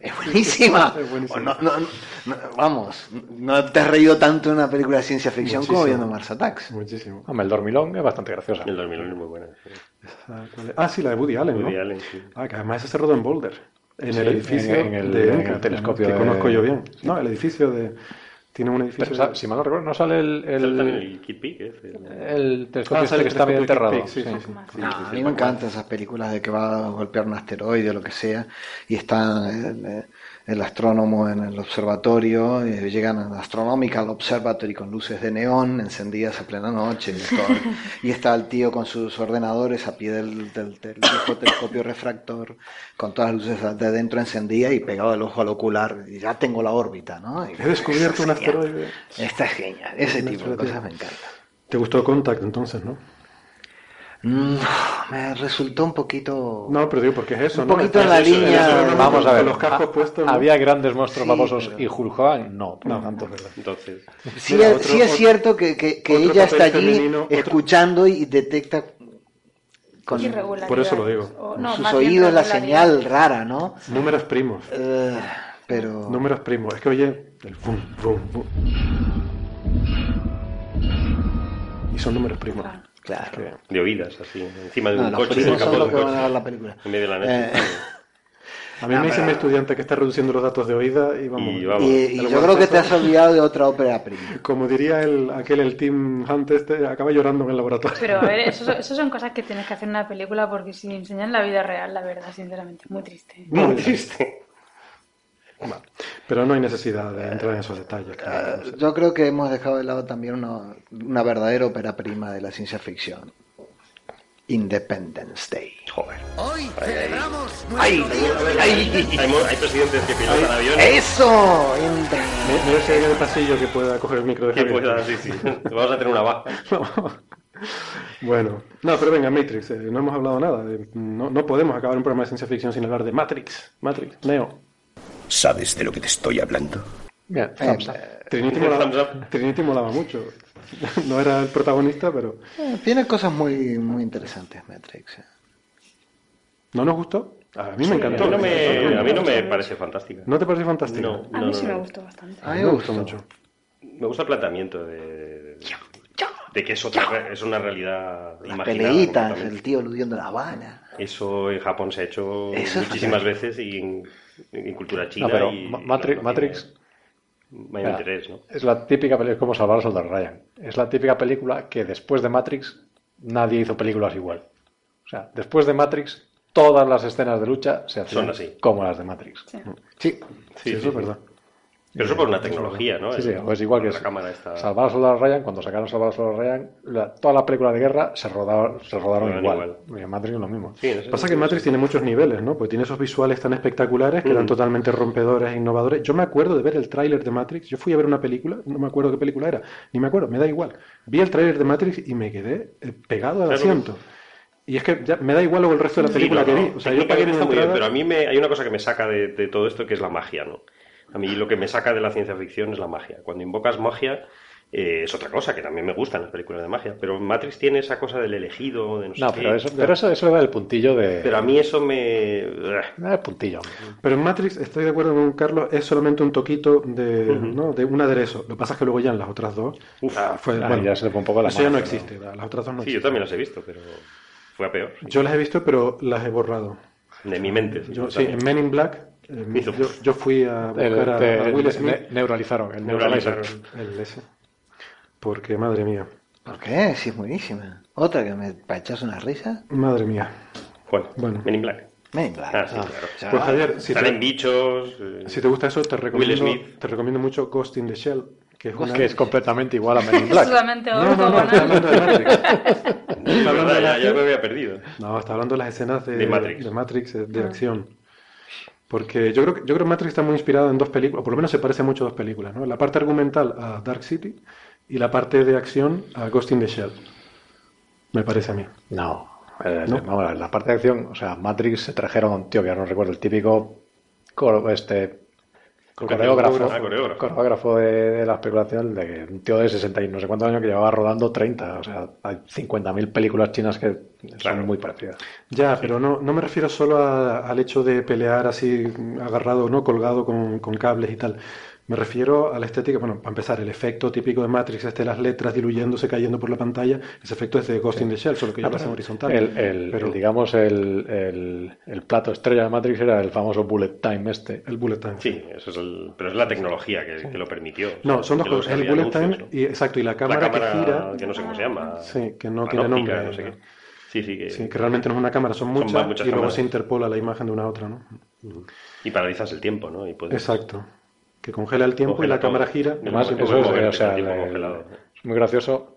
H: Es buenísima.
C: Es buenísima.
H: No- no- no- no- vamos, no te has reído tanto en una película de ciencia ficción como
C: Muchísimo.
H: viendo Mars Attacks.
C: Muchísimo.
E: Hombre, el dormilón es bastante graciosa.
F: El 2001 es muy buena. sí.
C: Esa, ¿cuál es? Ah, sí, la de Woody Allen, ¿no?
F: Woody Allen, sí.
C: Ah, que además esa se rodó en Boulder, en
E: Sí,
C: el edificio
E: en- en el-
C: de
E: en el
C: Enca,
E: telescopio
C: que
E: de-
C: conozco yo bien. No, el edificio de... Tiene un edificio...
E: Pero,
C: de-
E: sa- si mal no recuerdo, no sale el, el-
F: Saltan en el Kid Peak, ¿eh? El-
E: El telescopio
C: Ah,
E: este
C: sale
E: que está medio
C: el telescopio
E: enterrado.
C: de Kick, sí,
E: sí.
C: sí, sí.
H: No, Ah, a mí me encantan esas películas de que va a golpear un asteroide o lo que sea y está el, el astrónomo en el observatorio, y llegan a la Astronomical Observatory con luces de neón encendidas a plena noche y, todo. Y está el tío con sus ordenadores a pie del, del- del viejo telescopio refractor con todas las luces de dentro encendidas y pegado el ojo al ocular y ya tengo la órbita, ¿no? Y-
C: He descubierto un
H: Esta es genial.
C: asteroide.
H: Esta es genial, ese
C: Un
H: tipo de
C: asteroide.
H: cosas me encanta.
C: ¿Te gustó Contact entonces, no?
H: Mm, me resultó un poquito...
C: No, pero digo, porque es eso,
H: Un
C: ¿no?
H: poquito en
C: Está-
H: la
C: eso- eso-
H: línea-
C: eso- eso-
E: Eh, Vamos a
C: con
E: ver.
C: los cascos
E: ha-
C: puestos, ¿no?
E: Había grandes monstruos
H: Sí,
E: famosos
H: pero-
E: y Hulk Hogan, no, por
C: No,
E: lo tanto.
C: verdad.
F: Entonces,
H: Sí,
C: Mira,
H: es,
C: otro-
H: sí es
C: otro-
H: cierto que, que- que
C: otro
H: ella
C: papel
H: está allí
C: femenino, otro-
H: escuchando y detecta con
G: Irregularidades.
C: por eso lo digo.
G: O- no,
H: sus
G: más bien
H: oídos la
G: regularidades.
H: señal rara, ¿no?
C: Números primos.
H: Eh, pero
C: Números primos. Es que oye el boom, boom, boom. Y son números primos.
H: claro.
C: Que-
F: de oídas, así, encima de
H: No,
F: un
H: los
F: coche, en el
H: primos son
F: capó de
H: los
F: un
H: que van a
F: coche.
H: ver la película.
F: En medio de la noche.
H: Eh,
C: A
H: Ah,
C: mí me dice mi estudiante que está reduciendo los datos de oída y vamos.
F: Y vamos.
H: y y yo creo que te has olvidado de otra ópera prima.
C: Como diría el, aquel, el team Hunt este, acaba llorando en el laboratorio. *laughs*
G: Pero a ver, eso, eso son cosas que tienes que hacer en una película porque si enseñan la vida real, la verdad, sinceramente, muy triste.
F: Muy triste.
C: Bueno, pero no hay necesidad de entrar en esos detalles. claro, no sé.
H: Eh, Yo creo que hemos dejado de lado también una, una verdadera ópera prima de la ciencia ficción. Independence Day.
C: Oh.
F: Joder.
M: Hoy celebramos
H: ¡Ay! ¡Ay!
F: Hay, mo- hay presidentes que pilotan aviones
H: ¡Eso! Independence
C: Me, me ves si hay en el pasillo que pueda coger el micro de
F: que
C: Javier.
F: puedan,
C: *laughs*
F: pues sí, sí. Vamos a tener una baja.
C: Bueno, no, pero venga, Matrix, eh, no hemos hablado nada. de- no, no podemos acabar un programa de ciencia ficción sin hablar de Matrix. Matrix, Neo.
I: ¿Sabes de lo que te estoy hablando?
E: Bien, thumbs up.
C: Trinity
F: Eh, *laughs* Thumbs
C: molaba,
F: up.
C: Trinity molaba mucho. *laughs* No era el protagonista, pero.
H: Eh, Tiene cosas muy, muy interesantes, Matrix. eh.
C: ¿No nos gustó? A mí me
F: A
C: encantó.
F: mí no me, a mí no me parece fantástica.
C: ¿No te pareció fantástico?
F: No.
C: Ah,
G: A mí sí me gustó bastante.
C: A mí me gustó mucho.
F: Me gusta el planteamiento de, de que es otra es una realidad
H: Las peleitas, el tío eludiendo la bala.
F: Eso en Japón se ha hecho
H: Eso es
F: muchísimas
H: fatal.
F: veces y en, en cultura china.
E: No, pero
F: y-
E: Ma- Matri-
F: no, no
E: Matrix Ah.
F: tiene Mayor
E: Mira,
F: interés, ¿no?
E: Es la típica película, como Salvar al Soldado Ryan. Es la típica película que después de Matrix nadie hizo películas igual. O sea, después de Matrix todas las escenas de lucha se hacían
F: Son así.
E: como las de Matrix. Mm.
G: Sí.
E: Sí, eso
F: Sí, sí,
E: es
F: sí.
E: verdad.
F: Pero eso por una tecnología, ¿no?
E: Sí, sí,
F: El-
E: pues igual que
F: la
E: es-
F: cámara está.
E: Salvar al Soldado Ryan, cuando sacaron Salvar al Soldado Ryan, la- toda la película de guerra se, rodaba- se rodaron
F: Rodaron
E: igual. Y en Matrix lo mismo.
F: Sí, en ese
C: Pasa que
F: sentido,
C: Matrix
F: sí.
C: tiene muchos niveles, ¿no? Pues tiene esos visuales tan espectaculares que eran
F: Mm.
C: totalmente rompedores e innovadores. Yo me acuerdo de ver el tráiler de Matrix. Yo fui a ver una película, no me acuerdo qué película era, ni me acuerdo, me da igual. Vi el tráiler de Matrix y me quedé eh, pegado al
F: Claro.
C: asiento. Y es que ya me da igual luego el resto de la
F: Sí,
C: película
F: no,
C: que
F: no,
C: vi. O sea, yo pagué
F: técnicamente
C: mi
F: está muy bien,
C: entrada-
F: pero a mí me, hay una cosa que me saca de, de todo esto que es la magia, ¿no? A mí lo que me saca de la ciencia ficción es la magia. Cuando invocas magia eh, es otra cosa que también me gustan las películas de magia, pero Matrix tiene esa cosa del elegido, de no, sé
E: No,
F: qué.
E: pero eso, pero eso, eso le da el puntillo de.
F: Pues Pero a mí eso me... eh,
E: le da el Eh, puntillo.
C: Pero en Matrix, estoy de acuerdo con Carlos, es solamente un toquito de, ¿no? de un aderezo. Lo que pasa es que luego ya en las otras dos,
F: Uf.
C: fue-
E: Ah,
C: bueno,
E: ya se le fue un poco la
C: eso ya
E: mano,
C: no
E: pero-
C: existe, la- las otras dos no
F: Sí, yo
C: existen.
F: también las he visto, pero fue a peor. sí.
C: Yo las he visto, pero las he borrado.
F: De mi mente. sí,
C: Yo,
F: yo
C: sí, en
F: también.
C: Men in Black, eh,
F: Hizo-
C: yo, yo fui a
E: El-
C: buscar a,
E: te-
C: a Will
E: ne-
C: Smith,
E: ne- neuralizaron. El
F: Neuralizaron.
E: neuralizer.
C: el ese, porque madre mía,
H: ¿Por qué? Sí, es buenísima. Otra que me pa' echarse una risa.
C: madre mía.
F: ¿Cuál?
C: Bueno.
F: Men in Black.
H: Men in Black.
F: Ah, sí, claro.
C: Pues Javier, si
F: Salen
C: te,
F: bichos... eh, *laughs*
C: si te gusta eso, te recomiendo,
F: Smith.
C: te recomiendo mucho Ghost in the Shell, que es
E: Es
C: una...
E: que es completamente igual a Men in Black.
G: Solamente
C: No, no,
G: orco,
C: no, estoy
G: banana.
C: hablando de Matrix.
F: de verdad,
C: hablando de
F: ya,
C: la-
F: ya me había perdido.
C: No, está hablando de las escenas de,
F: De Matrix.
C: de Matrix, eh, de acción. Porque yo creo que, yo creo que Matrix está muy inspirado en dos películas, por lo menos se parece mucho a dos películas, ¿no? La parte argumental a Dark City y la parte de acción a Ghost in the Shell. Me parece a mí.
E: No, eh,
C: ¿No?
E: vamos a ver, la parte de acción, o sea, Matrix se trajeron a un tío que ahora no recuerdo, el típico coro- este coreógrafo,
F: Ah, coreógrafo.
E: coreógrafo de, de la especulación, de que un tío de 60 y no sé cuántos años que llevaba rodando 30, o sea, hay 50.000 películas chinas que son
F: Claro.
E: muy parecidas.
C: Ya, pero no, no me refiero solo a- al hecho de pelear así mm, agarrado, no colgado con, con cables y tal. Me refiero a la estética, bueno, para empezar, el efecto típico de Matrix, este, las letras diluyéndose, cayendo por la pantalla, ese efecto es de Ghost in the Shell, solo que ya lo hacen horizontal.
E: Ah, El, el-
C: Pero-
E: el, digamos, el, el- el plato estrella de Matrix era el famoso bullet time este.
C: el bullet time.
F: Sí, eso es el, pero es la tecnología que, que lo permitió.
C: No, son dos
F: Que los
C: cosas. El
F: había
C: bullet time
F: anuncios, ¿no?
C: y exacto, y la
F: la
C: cámara,
F: cámara
C: que gira,
F: no sé cómo se llama.
C: Sí, que no tiene
F: panóptica,
C: nombre,
F: no sé qué.
C: ¿no?
F: Sí, sí, que,
C: sí, que realmente no es una cámara, son
F: Son
C: muchas,
F: más- muchas
C: y luego
F: cámaras.
C: se interpola la imagen de una a otra, ¿no?
F: Y paralizas el tiempo, ¿no? Y puedes
C: Exacto. Que congela el tiempo y
F: Congela
C: la cámara
F: todo.
C: gira.
F: Y
E: Además,
F: Como-
E: eso
F: como
E: es, eh,
F: verte
E: o sea,
F: con el tiempo
E: el-
F: congelado.
E: es muy gracioso.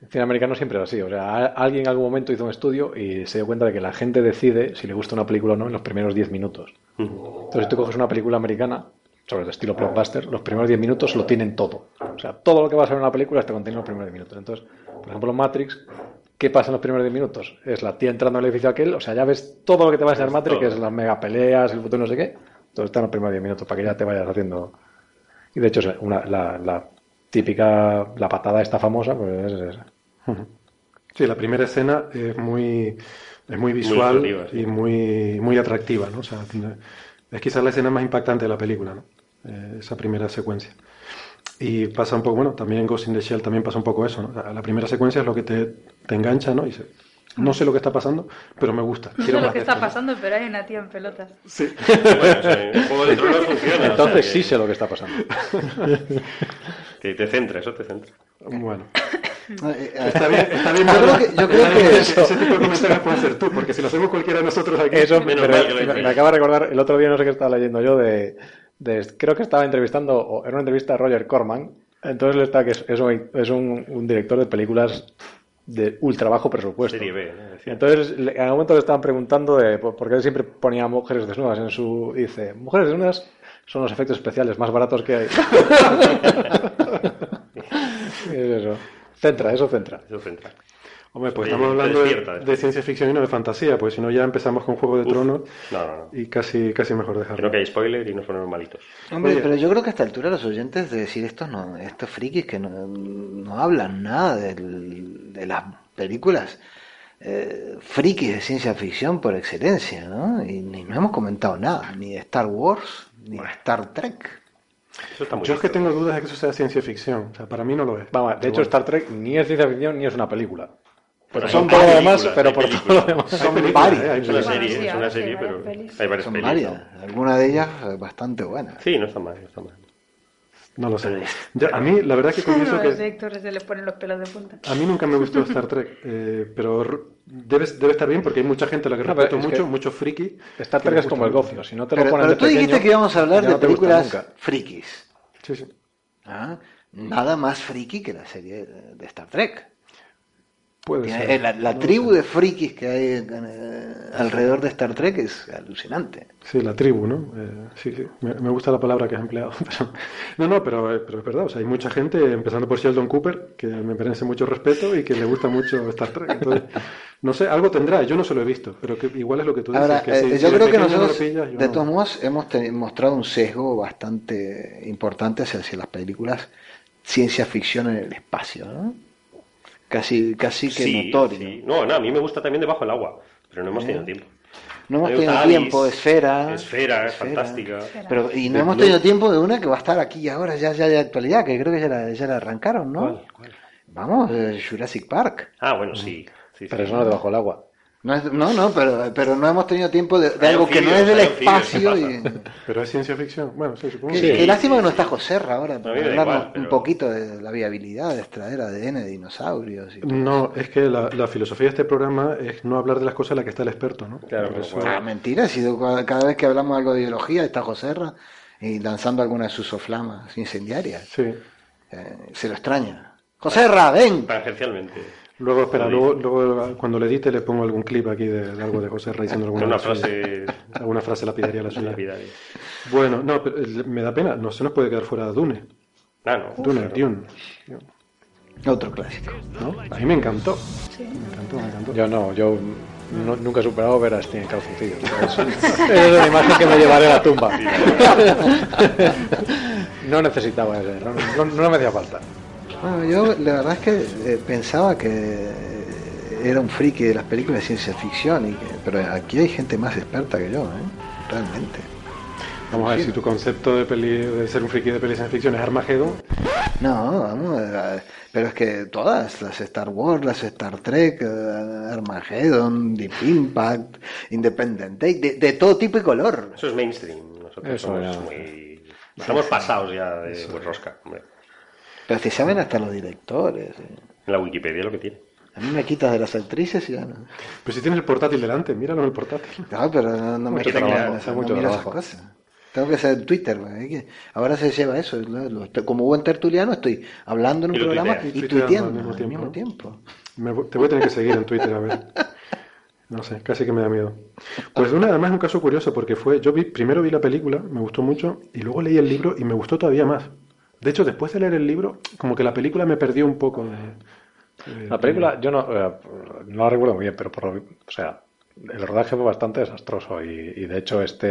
E: El cine americano siempre es así. O sea, a- alguien en algún momento hizo un estudio y se dio cuenta de que la gente decide si le gusta una película o no en los primeros 10 minutos. Entonces, si tú coges una película americana sobre el estilo blockbuster, los primeros 10 minutos lo tienen todo. O sea, todo lo que va a ser una película está contenido en los primeros 10 minutos. Entonces, por ejemplo, Matrix, ¿qué pasa en los primeros 10 minutos? Es la tía entrando al edificio aquel, o sea, ya ves todo lo que te va a enseñar Matrix,
F: todo.
E: que es las mega peleas, el botón no sé qué. Todo está en los primeros 10 minutos para que ya te vayas haciendo. Y de hecho, es una, la, la típica, la patada esta famosa, pues es esa.
C: Sí, la primera escena es muy, es muy visual
F: llamativa, sí.
C: y muy, muy atractiva, ¿no? O sea, tiene- es quizás la escena más impactante de la película, ¿no? Eh, esa primera secuencia. Y pasa un poco, bueno, también en Ghost in the Shell también pasa un poco eso, ¿no? O sea, La primera secuencia es lo que te, te engancha, ¿no? Y dices, no sé lo que está pasando, pero me gusta.
G: No sé
C: quiero
G: lo
C: más
G: que
C: de
G: está
C: esto", ¿no?
G: pasando, pero hay una tía en pelotas.
F: *laughs* Bueno, o sea, el juego de tronos funciona. o sea,
E: Entonces
F: que-
E: sí sé lo que está pasando.
F: *laughs* que te centra, eso te centra.
C: Bueno,
H: Eh, eh,
C: está bien, está bien,
H: Yo creo
C: Pablo.
H: que, yo creo
C: Está bien,
H: que-
C: ese- ese tipo de comentarios puede hacer tú, porque si lo hacemos cualquiera de nosotros aquí,
E: Eso
F: Menos
E: pero
F: mal que lo
E: me,
F: hice.
E: me acaba de recordar, el otro día no sé qué estaba leyendo yo de, de- creo que estaba entrevistando, o era una entrevista a Roger Corman, entonces le está que es, es un, es un- un director de películas de ultra bajo presupuesto.
F: Serie B, ¿no? Decía.
E: Entonces, le- en algún momento le estaban preguntando de por por qué él siempre ponía mujeres desnudas en su. y dice, mujeres desnudas son los efectos especiales más baratos que
H: *laughs*
E: hay. Y es eso. Centra, eso centra.
F: Eso centra.
C: Hombre, pues
F: Sí,
C: estamos
F: te
C: hablando de,
F: despierta,
C: de ciencia ficción y no de fantasía, pues si no ya empezamos con Juego de
F: Uf.
C: Tronos
F: No, no, no.
C: y casi, casi mejor dejarlo.
F: Creo que hay spoiler y nos ponemos malitos.
H: Hombre,
C: Oye.
H: pero yo creo que a esta altura los oyentes de decir estos no, estos frikis que no, no hablan nada del- de las películas eh, frikis de ciencia ficción por excelencia, ¿no? Y ni no hemos comentado nada, ni de Star Wars, ni de Star Trek.
F: Eso está muy
C: Yo es que tengo dudas de que eso sea ciencia ficción. O sea, para mí no lo es.
J: Vamos, de
C: Pero
J: hecho,
C: bueno.
J: Star Trek ni es ciencia ficción ni es una película.
F: Pero
J: son
F: hay-
J: todo
F: hay
J: lo demás,
F: películas,
J: pero
F: hay
J: por
F: películas.
J: todo lo demás.
F: Hay
J: Son
F: películas,
J: varias,
F: ¿eh?
J: hay
F: Es una
J: varias.
F: serie,
G: Sí,
F: es una
G: varias, sí,
F: serie,
G: varias
F: pero
G: pelis.
F: hay varias
H: Son
F: pelis.
H: varias,
F: ¿no?
H: algunas de ellas eh, bastante buenas.
F: Sí, no está mal, no está mal.
C: No lo sé. Yo- a mí, la verdad
G: *laughs*
C: que confieso
G: No,
C: que...
G: los Héctor se le ponen los pelos de punta.
C: A mí nunca me gustó Star Trek, eh, pero r- debe, debe estar bien porque hay mucha gente a la que
J: No, pero
C: respeto
J: es
C: mucho,
J: que
C: muchos friki.
J: Star
C: que
J: Trek
C: les
J: es como el
C: gusta mucho.
J: gofio. Si no te lo
H: Pero,
J: ponen
H: pero
J: de
H: tú dijiste
J: pequeño,
H: que íbamos a hablar
J: ya
H: de
J: no te gusta
H: películas
J: nunca.
H: frikis.
C: Sí, sí.
H: ¿ah? Nada más friki que la serie de Star Trek.
C: Puede
H: Tiene-
C: ser.
H: eh, La, la
C: Pues no lo
H: tribu
C: sé.
H: de frikis que hay eh, alrededor de Star Trek es alucinante.
C: Sí, la tribu, ¿no? Eh, sí, sí. Me, me gusta la palabra que has empleado. *laughs* pero- no, no, pero, eh, pero es verdad. O sea, hay mucha gente, empezando por Sheldon Cooper, que me merece mucho respeto y que le gusta mucho Star Trek.
H: *laughs*
C: Entonces, no sé, algo tendrá. Yo no se lo he visto, pero que, igual es lo que tú dices.
H: Ahora,
C: que si-
H: eh,
C: si
H: yo
C: de
H: creo que
C: pequeño no lo
H: nosotros,
C: pillas, yo
H: de
C: no.
H: todos modos, hemos te- mostrado un sesgo bastante importante hacia, hacia las películas ciencia ficción en el espacio, ¿no? Casi, casi que
F: Sí,
H: notorio.
F: sí. No, no, a mí me gusta también Debajo del Agua, pero no
C: Ah.
F: hemos
H: ¿Eh?
F: tenido tiempo.
H: No
F: A
H: hemos
F: mí me gusta
H: tenido
F: Alice,
H: tiempo, esfera.
F: Esfera, es fantástica.
H: Pero, y no
F: The
H: hemos
F: Blue.
H: tenido tiempo de una que va a estar aquí ahora, ya, ya de actualidad, que creo que ya la, ya la arrancaron, ¿no?
F: ¿Cuál? ¿Cuál?
H: Vamos, eh, Jurassic Park.
F: Ah, bueno, sí. sí,
J: Pero
F: sí.
J: eso no es debajo del agua.
H: No, es- no, no, pero, pero no hemos tenido tiempo de, de
F: Hay
H: algo que no
F: anfibios,
H: es del
F: hay anfibios, ¿qué *laughs*
H: espacio. Y...
F: pasa?
C: Pero es ciencia ficción. Bueno, sí, supongo
H: Qué,
C: que
H: qué
F: Sí,
H: lástima
F: sí,
H: que no
F: sí.
H: está Joserra ahora
F: No, a
H: para
F: mí me da
H: hablarnos
F: igual, pero-
H: un poquito de la viabilidad de extraer ADN de dinosaurios. y-
C: No, es que la, la filosofía de este programa es no hablar de las cosas en las que está el experto, ¿no?
F: Claro, pues,
C: Por eso-
F: pero
H: Ah,
F: bueno.
H: mentira, si do- cada cada vez que hablamos algo de biología está Joserra y lanzando alguna de sus soflamas incendiarias.
C: Sí.
H: Eh, se lo extraña. Joserra, ven.
F: Tangencialmente.
C: Luego, espera,
F: Lo
C: luego, luego cuando le edite le pongo algún clip aquí de, de algo de José Rey diciendo alguna
F: Eh, Una
C: cosa.
F: frase
C: Alguna frase lapidaria la suya.
F: lapidaria.
C: Bueno, no, pero, eh, me da pena, no se nos puede quedar fuera Dune.
F: Ah, no.
C: Dune,
F: claro.
C: Dune,
H: Otro clásico.
C: ¿no? A mí me encantó. Me encantó, me encantó.
J: Yo no, yo no- nunca he superado ver a Sting en calzoncillos. Es, es una imagen que me llevaré a la tumba. No necesitaba ese, no, no- no me hacía falta.
H: Bueno, yo la verdad es que eh, pensaba que eh, era un friki de las películas de ciencia ficción, y que- pero aquí hay gente más experta que yo, ¿eh? realmente.
C: Vamos a ver si tu concepto de, peli, de ser un friki de pelis en ficción es Armageddon.
H: No, vamos, eh, pero es que todas, las Star Wars, las Star Trek, eh, Armageddon, Deep Impact, Independent Day, de, de todo tipo y color.
F: Eso es mainstream. Nosotros
J: Eso
F: somos
J: ya.
F: muy... Estamos pasados ya de pues, rosca, hombre.
H: Pero se saben hasta los directores. eh.
F: En la Wikipedia lo que tiene.
H: A mí me quitas de las actrices y ya no.
C: Pero si tienes el portátil delante, míralo en el portátil.
H: No, pero no, no me
F: Mucho
H: quitas
F: trabajo,
H: no,
J: mucho
H: miro esas
J: trabajo.
H: cosas. Tengo que hacer Twitter, güey, hay que- ahora se lleva eso. lo- lo- estoy- como buen tertuliano estoy hablando en un
F: Y lo
H: programa
F: tuiteas.
H: y
C: Tuiteando al
H: tuiteando
C: mismo
H: al
C: tiempo,
H: mismo
C: ¿no?
H: tiempo.
C: Me vo- te voy a tener que seguir en Twitter, a ver. No sé, casi que me da miedo. Pues Dune además es un caso curioso porque fue, yo vi, primero vi la película, me gustó mucho, y luego leí el libro y me gustó todavía más. De hecho, después de leer el libro, como que la película me perdió un poco de- de-
J: La película, yo no, eh, no la recuerdo muy bien, pero por lo, o sea, el rodaje fue bastante desastroso y, y de hecho este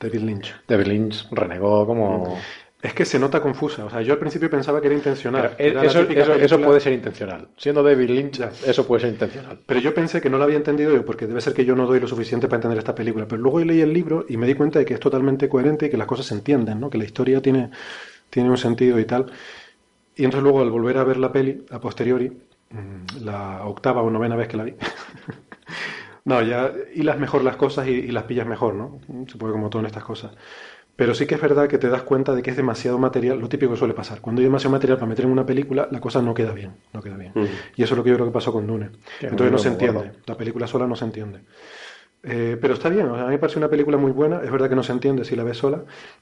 C: de David Lynch.
J: David Lynch renegó como...
C: Es que se nota confusa. O sea, yo al principio pensaba que era intencional.
J: Pero e-
C: Era la
J: eso,
C: típica
J: eso- eso
C: película-
J: puede ser intencional. Siendo David Lynch, eso puede ser intencional.
C: Pero yo pensé que no lo había entendido yo, porque debe ser que yo no doy lo suficiente para entender esta película. Pero luego leí el libro y me di cuenta de que es totalmente coherente y que las cosas se entienden, ¿no? Que la historia tiene, tiene un sentido y tal. Y entonces luego al volver a ver la peli, a posteriori, mm, la octava o novena vez que la vi, *laughs* no, ya hilas mejor las cosas y, y las pillas mejor, ¿no? Se puede como todo en estas cosas. Pero sí que es verdad que te das cuenta de que es demasiado material, lo típico que suele pasar. Cuando hay demasiado material para meter en una película, la cosa no queda bien, no queda bien.
F: Mm.
C: Y eso es lo que yo creo que pasó con Dune.
J: Que
C: Entonces no
J: muy
C: se
J: bueno, muy
C: entiende, la película sola no se entiende. Eh, pero está bien, o sea, a mí me parece una película muy buena, es verdad que no se entiende si la ves sola,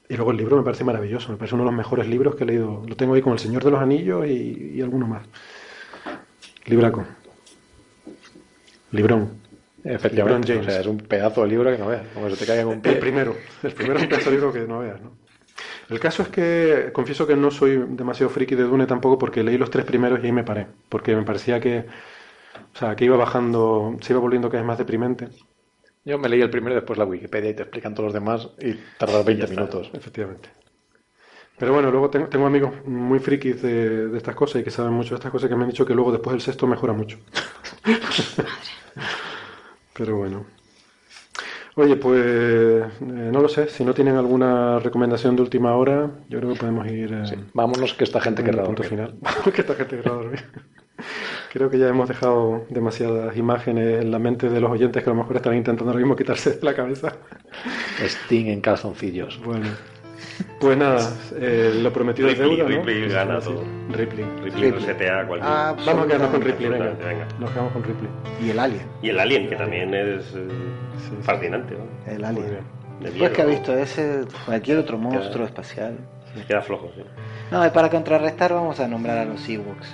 C: y luego el libro me parece maravilloso, me parece uno de los mejores libros que he leído. Lo tengo ahí con El Señor de los Anillos y, y alguno más. Libraco. Librón. LeBron
J: Efectivamente,
C: James.
J: o sea, es un pedazo de libro que no veas, como se te caiga en un
C: El
J: pie.
C: primero, el primero es un pedazo de libro que no veas, ¿no? El caso es que confieso que no soy demasiado friki de Dune tampoco porque leí los tres primeros y ahí me paré, porque me parecía que, o sea, que iba bajando, se iba volviendo cada vez más deprimente.
J: Yo me leí el primero y después la Wikipedia y te explican todos los demás y tardas 20 minutos.
C: Efectivamente. Pero bueno, luego tengo, tengo amigos muy frikis de, de estas cosas y que saben mucho de estas cosas que me han dicho que luego después del
E: *laughs*
C: sexto mejora mucho. Pero bueno. Oye, pues eh, no lo sé. Si no tienen alguna recomendación de última hora, yo creo que podemos ir. eh,
E: Sí, Vámonos que esta gente
C: en
E: querrá
C: el punto
E: dormir.
C: final. *laughs* que esta gente querrá dormir. Creo que ya hemos dejado demasiadas imágenes en la mente de los oyentes que a lo mejor están intentando ahora mismo quitarse de la cabeza.
E: Sting en calzoncillos.
C: Bueno, pues nada, eh, lo prometido es
F: Ripley,
C: deuda, ¿no?
F: Ripley
C: Sí,
F: gana
C: sí,
F: todo.
C: Ripley.
F: Ripley,
H: Ripley.
F: GTA, cualquier.
H: Ah,
C: Vamos a quedarnos con Ripley, venga.
F: Absolutamente, venga.
C: Nos quedamos con Ripley.
H: Y el alien.
F: Y el Alien, que también es eh,
C: Sí, sí.
F: fascinante, ¿no?
C: Muy
H: El
C: bien.
H: alien.
F: De
H: Después Pues que ha
F: miedo.
H: visto ese, cualquier otro monstruo espacial.
F: Se queda flojo, sí.
H: No, y para contrarrestar vamos a nombrar a los Ewoks.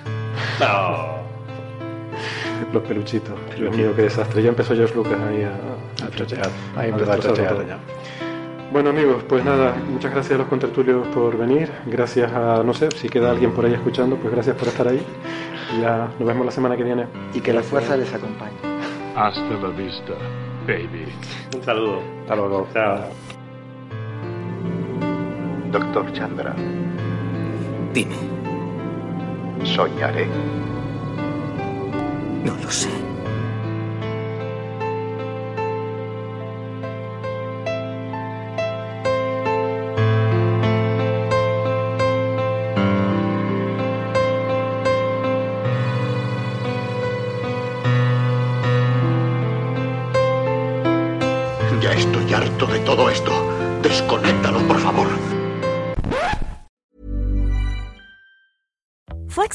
F: No.
C: Los peluchitos. Dios mío, qué desastre. Ya empezó George Lucas ahí a,
E: A chochear.
C: a
E: Ahí empezó a
C: destrozarlo
E: chochear
C: todo.
E: ya.
C: Bueno amigos, pues nada, muchas gracias a los contertulios por venir, gracias a, no sé, si queda alguien por ahí escuchando, pues gracias por estar ahí. Ya nos vemos la semana que viene.
H: Y que la fuerza les acompañe.
N: Hasta la vista, baby.
F: Un saludo.
E: Hasta luego.
F: Chao.
N: Doctor Chandra,
O: Dime,
N: soñaré.
O: no lo sé.
N: Ya estoy harto de todo esto. Desconéctalo, por favor.